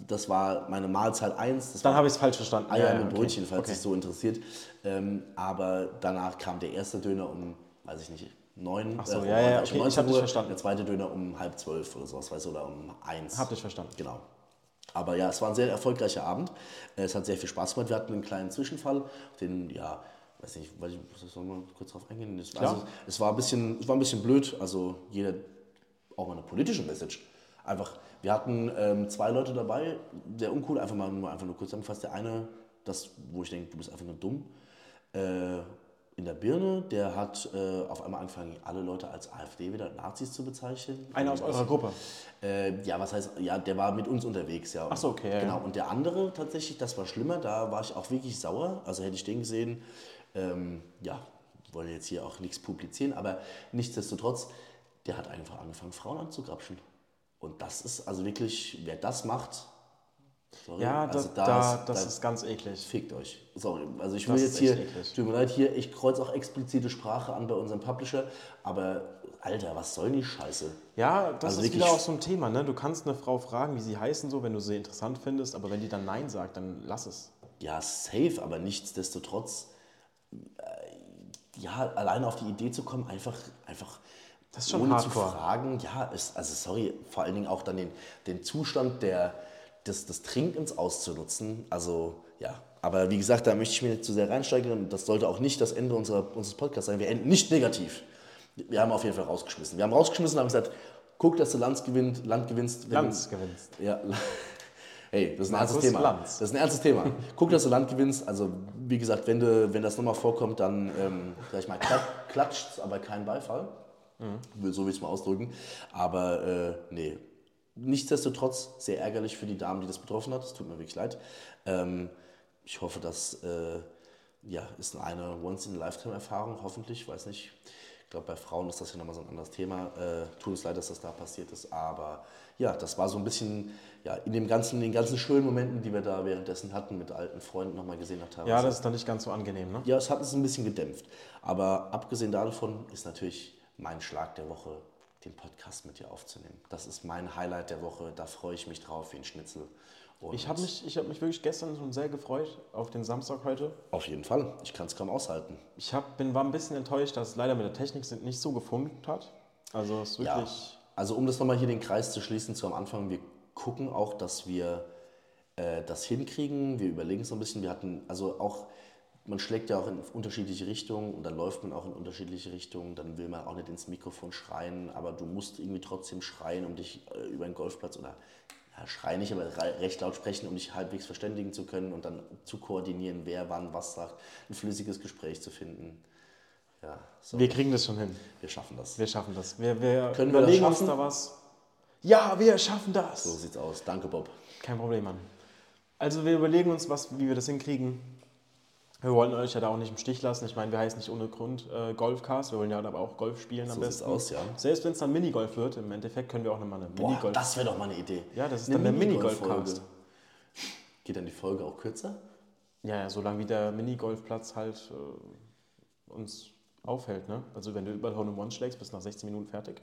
Speaker 1: das war meine Mahlzeit 1, das
Speaker 2: Dann
Speaker 1: war
Speaker 2: habe ich es falsch verstanden. Ja,
Speaker 1: Eier
Speaker 2: ja,
Speaker 1: Ah mit
Speaker 2: okay.
Speaker 1: Brötchen, falls
Speaker 2: Okay.
Speaker 1: dich so interessiert. Ähm, aber danach kam der erste Döner um, weiß ich nicht, neun.
Speaker 2: Ach so,
Speaker 1: äh,
Speaker 2: ja, ja,
Speaker 1: neun,
Speaker 2: okay, ich
Speaker 1: 19
Speaker 2: hab dich
Speaker 1: Uhr,
Speaker 2: verstanden.
Speaker 1: Der zweite Döner um halb zwölf oder sowas, weißt du, oder um eins.
Speaker 2: Habt ihr verstanden?
Speaker 1: Genau. Aber ja, es war ein sehr erfolgreicher Abend. Äh, Es hat sehr viel Spaß gemacht. Wir hatten einen kleinen Zwischenfall, den, ja, weiß nicht, weiß ich, muss ich mal kurz drauf eingehen. Das, also, es, war ein bisschen, es war ein bisschen blöd. Also, jeder, auch mal eine politische Message. Einfach, wir hatten ähm, zwei Leute dabei, sehr uncool, einfach mal nur, einfach nur kurz zusammengefasst. Der eine, das, wo ich denke, du bist einfach nur dumm, äh, in der Birne, der hat äh, auf einmal angefangen, alle Leute als AfD wieder Nazis zu bezeichnen.
Speaker 2: Einer aus eurer Gruppe.
Speaker 1: Äh, ja, was heißt, ja, der war mit uns unterwegs, ja.
Speaker 2: Ach so, okay, ja,
Speaker 1: Genau,
Speaker 2: ja.
Speaker 1: und der andere tatsächlich, das war schlimmer, da war ich auch wirklich sauer. Also hätte ich den gesehen, ähm, ja, wollte jetzt hier auch nichts publizieren, aber nichtsdestotrotz, der hat einfach angefangen, Frauen anzugrapschen. Und das ist also wirklich, wer das macht, sorry,
Speaker 2: Ja,
Speaker 1: also
Speaker 2: da, da,
Speaker 1: da-
Speaker 2: das ist ganz eklig.
Speaker 1: fickt euch. Sorry, also ich
Speaker 2: Das
Speaker 1: will
Speaker 2: ist
Speaker 1: jetzt hier,
Speaker 2: echt eklig.
Speaker 1: tut mir leid, hier, ich kreuze auch explizite Sprache an bei unserem Publisher, aber Alter, was soll die Scheiße?
Speaker 2: Ja, das
Speaker 1: Also
Speaker 2: ist
Speaker 1: wirklich-
Speaker 2: wieder auch so ein Thema. Ne? Du kannst eine Frau fragen, wie sie heißen, so, wenn du sie interessant findest, aber wenn die dann Nein sagt, dann lass es.
Speaker 1: Ja, safe, aber nichtsdestotrotz, äh, ja, alleine auf die Idee zu kommen, einfach, einfach
Speaker 2: Das ist schon
Speaker 1: ohne
Speaker 2: hardcore.
Speaker 1: zu fragen, ja, ist, also sorry, vor allen Dingen auch dann den, den Zustand der, des, des Trinkens auszunutzen, also ja. Aber wie gesagt, da möchte ich mir nicht zu sehr reinsteigern. Das sollte auch nicht das Ende unserer, unseres Podcasts sein. Wir enden nicht negativ. Wir haben auf jeden Fall rausgeschmissen. Wir haben rausgeschmissen und haben gesagt, guck, dass du Land, gewinnt, Land gewinnst. wenn-
Speaker 2: Lanz gewinnst.
Speaker 1: ja. <laughs> Hey, das ist ein
Speaker 2: Markus
Speaker 1: ernstes Thema.
Speaker 2: Lanz.
Speaker 1: Das ist ein ernstes Thema. Guck, dass du Land gewinnst. Also, wie gesagt, wenn, du, wenn das nochmal vorkommt, dann, ähm, sag ich mal, klat- klatscht aber kein Beifall.
Speaker 2: Mhm.
Speaker 1: So will ich es mal ausdrücken. Aber äh, nee. Nichtsdestotrotz sehr ärgerlich für die Damen, die das betroffen hat. Es tut mir wirklich leid. Ähm, ich hoffe, das äh, ja, ist eine Once-in-a-Lifetime-Erfahrung, hoffentlich. Weiß nicht. Ich glaube, bei Frauen ist das ja nochmal so ein anderes Thema. Äh, tut uns leid, dass das da passiert ist. Aber ja, das war so ein bisschen ja, in, dem ganzen, in den ganzen schönen Momenten, die wir da währenddessen hatten, mit alten Freunden nochmal gesehen haben. teilweise.
Speaker 2: Ja, das ist dann nicht ganz so angenehm. Ne?
Speaker 1: Ja, es hat es ein bisschen gedämpft. Aber abgesehen davon ist natürlich mein Schlag der Woche, den Podcast mit dir aufzunehmen. Das ist mein Highlight der Woche. Da freue ich mich drauf wie ein Schnitzel. Und
Speaker 2: Ich habe mich, ich hab mich wirklich gestern schon sehr gefreut auf den Samstag heute.
Speaker 1: auf jeden Fall. Ich kann es kaum aushalten.
Speaker 2: Ich hab, bin, war ein bisschen enttäuscht, dass es leider mit der Technik sind- nicht so gefunkt hat. Also es ist wirklich.
Speaker 1: Ja. Also um das nochmal hier den Kreis zu schließen zu am Anfang, wir gucken auch, dass wir äh, das hinkriegen. Wir überlegen es noch ein bisschen. Wir hatten also auch, man schlägt ja auch in unterschiedliche Richtungen und dann läuft man auch in unterschiedliche Richtungen. Dann will man auch nicht ins Mikrofon schreien, aber du musst irgendwie trotzdem schreien, um dich äh, über einen Golfplatz oder ja, schrei nicht, aber re- recht laut sprechen, um dich halbwegs verständigen zu können und dann zu koordinieren, wer wann was sagt, ein flüssiges Gespräch zu finden. Ja, so,
Speaker 2: Wir kriegen das schon hin.
Speaker 1: wir schaffen das.
Speaker 2: Wir schaffen das. Wir, wir
Speaker 1: Können wir das
Speaker 2: überlegen uns
Speaker 1: schaffen?
Speaker 2: da was. Ja, wir schaffen das.
Speaker 1: So sieht's aus. Danke, Bob.
Speaker 2: Kein Problem, Mann. Also wir überlegen uns, was, wie wir das hinkriegen. Wir wollen euch ja da auch nicht im Stich lassen. Ich meine, wir heißen nicht ohne Grund äh, Golfcast. Wir wollen ja aber auch Golf spielen am
Speaker 1: So sieht's
Speaker 2: besten.
Speaker 1: aus, ja.
Speaker 2: Selbst wenn es dann Minigolf wird, im Endeffekt können wir auch nochmal eine
Speaker 1: Boah,
Speaker 2: Minigolf.
Speaker 1: das wäre doch mal eine Idee.
Speaker 2: Ja, das ist dann der
Speaker 1: Minigolf-Folge.
Speaker 2: Minigolf-Cast.
Speaker 1: Geht dann die Folge auch kürzer?
Speaker 2: Ja, ja, solange wie der Minigolfplatz halt äh, uns aufhält, ne? Also wenn du überall Hole in One schlägst, bist du nach 16 Minuten fertig.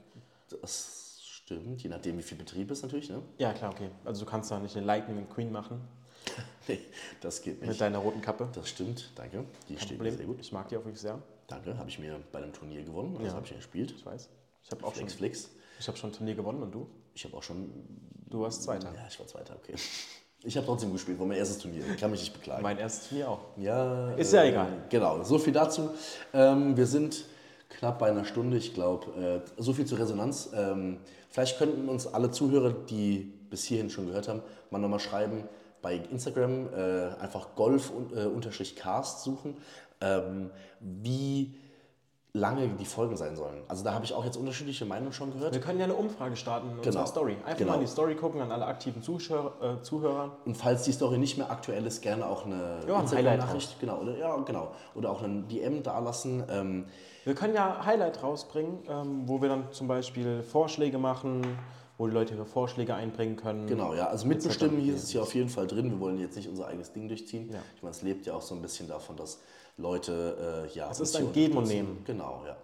Speaker 1: Das stimmt, je nachdem wie viel Betrieb ist natürlich, ne? <laughs>
Speaker 2: Ja, klar, okay. Also du kannst da nicht eine Lightning Queen machen
Speaker 1: Nee, das geht
Speaker 2: mit
Speaker 1: nicht.
Speaker 2: deiner roten Kappe.
Speaker 1: Das stimmt, danke. Die steht mir
Speaker 2: Problem.
Speaker 1: sehr gut.
Speaker 2: Ich mag die auch wirklich sehr,
Speaker 1: Danke, habe ich mir bei einem Turnier gewonnen, also
Speaker 2: Ja.
Speaker 1: habe ich ja gespielt.
Speaker 2: ich weiß. Ich habe auch schon,
Speaker 1: Flex, Flex.
Speaker 2: ich hab schon ein Turnier gewonnen und du?
Speaker 1: Ich habe auch schon,
Speaker 2: Du warst Zweiter.
Speaker 1: ja, ich war Zweiter, okay. <laughs> Ich habe trotzdem gespielt, war mein erstes Turnier, ich kann mich nicht beklagen.
Speaker 2: Mein erstes Turnier auch.
Speaker 1: Ja.
Speaker 2: Ist ja egal.
Speaker 1: Genau, so viel dazu. Ähm, wir sind knapp bei einer Stunde, ich glaube. Äh, so viel zur Resonanz. Ähm, vielleicht könnten uns alle Zuhörer, die bis hierhin schon gehört haben, mal nochmal schreiben bei Instagram, äh, einfach golf-cast suchen, ähm, wie lange die Folgen sein sollen. Also da habe ich auch jetzt unterschiedliche Meinungen schon gehört.
Speaker 2: Wir können ja eine Umfrage starten in
Speaker 1: Genau.
Speaker 2: unserer Story. Einfach
Speaker 1: Genau.
Speaker 2: mal in die Story gucken an alle aktiven Zuschauer, äh, Zuhörer.
Speaker 1: Und falls die Story nicht mehr aktuell ist, gerne auch eine
Speaker 2: Ja, ein
Speaker 1: Instagram-Nachricht. Genau, oder, ja, genau. Oder auch einen DM dalassen. Ähm,
Speaker 2: Wir können ja Highlight rausbringen, ähm, wo wir dann zum Beispiel Vorschläge machen, wo die Leute ihre Vorschläge einbringen können.
Speaker 1: Genau, ja, also mitbestimmen hier ist es ja auf jeden Fall drin. Wir wollen jetzt nicht unser eigenes Ding durchziehen.
Speaker 2: Ja.
Speaker 1: Ich meine, es lebt ja auch so ein bisschen davon, dass Leute, äh, ja. Es
Speaker 2: ist ein Geben und Nehmen.
Speaker 1: Genau, ja.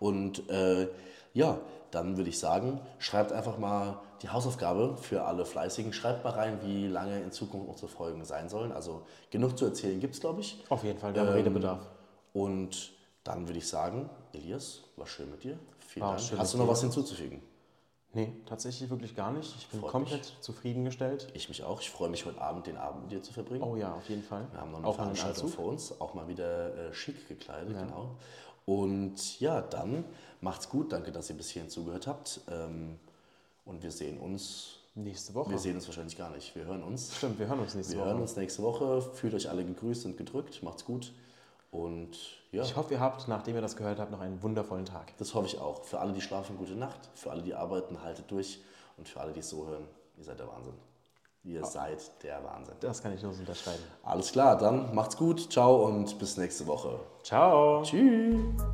Speaker 1: Und äh, ja, dann würde ich sagen, schreibt einfach mal die Hausaufgabe für alle Fleißigen. Schreibt mal rein, wie lange in Zukunft unsere Folgen sein sollen. Also genug zu erzählen gibt es, glaube ich.
Speaker 2: Auf jeden Fall, wir haben Redebedarf.
Speaker 1: Und Dann würde ich sagen, Elias, war schön mit dir. Vielen
Speaker 2: War
Speaker 1: Dank.
Speaker 2: schön
Speaker 1: Hast du
Speaker 2: mit dir.
Speaker 1: noch was hinzuzufügen?
Speaker 2: Nee, tatsächlich wirklich gar nicht. Ich bin
Speaker 1: Freut
Speaker 2: komplett zufriedengestellt.
Speaker 1: Ich mich auch. Ich freue mich heute Abend, den Abend mit dir zu verbringen.
Speaker 2: Oh ja, auf jeden Fall.
Speaker 1: Wir haben noch eine
Speaker 2: Auch einen
Speaker 1: Veranstaltung
Speaker 2: Anzug.
Speaker 1: vor uns, auch mal wieder äh, schick gekleidet, genau. Und ja, dann macht's gut. Danke, dass ihr bis hierhin zugehört habt. Ähm, und wir sehen uns.
Speaker 2: Nächste Woche.
Speaker 1: Wir sehen uns wahrscheinlich gar nicht. Wir hören uns.
Speaker 2: Stimmt, wir hören uns nächste
Speaker 1: Wir
Speaker 2: Woche.
Speaker 1: hören uns nächste Woche. Fühlt euch alle gegrüßt und gedrückt. Macht's gut. Und ja,
Speaker 2: Ich hoffe, ihr habt, nachdem ihr das gehört habt, noch einen wundervollen Tag.
Speaker 1: das hoffe ich auch. Für alle, die schlafen, gute Nacht. Für alle, die arbeiten, haltet durch. Und für alle, die es so hören, ihr seid der Wahnsinn.
Speaker 2: Ah.
Speaker 1: Ihr seid der Wahnsinn.
Speaker 2: Das kann ich nur so unterschreiben.
Speaker 1: Alles klar, dann macht's gut. Ciao und bis nächste Woche.
Speaker 2: Ciao.
Speaker 1: Tschüss.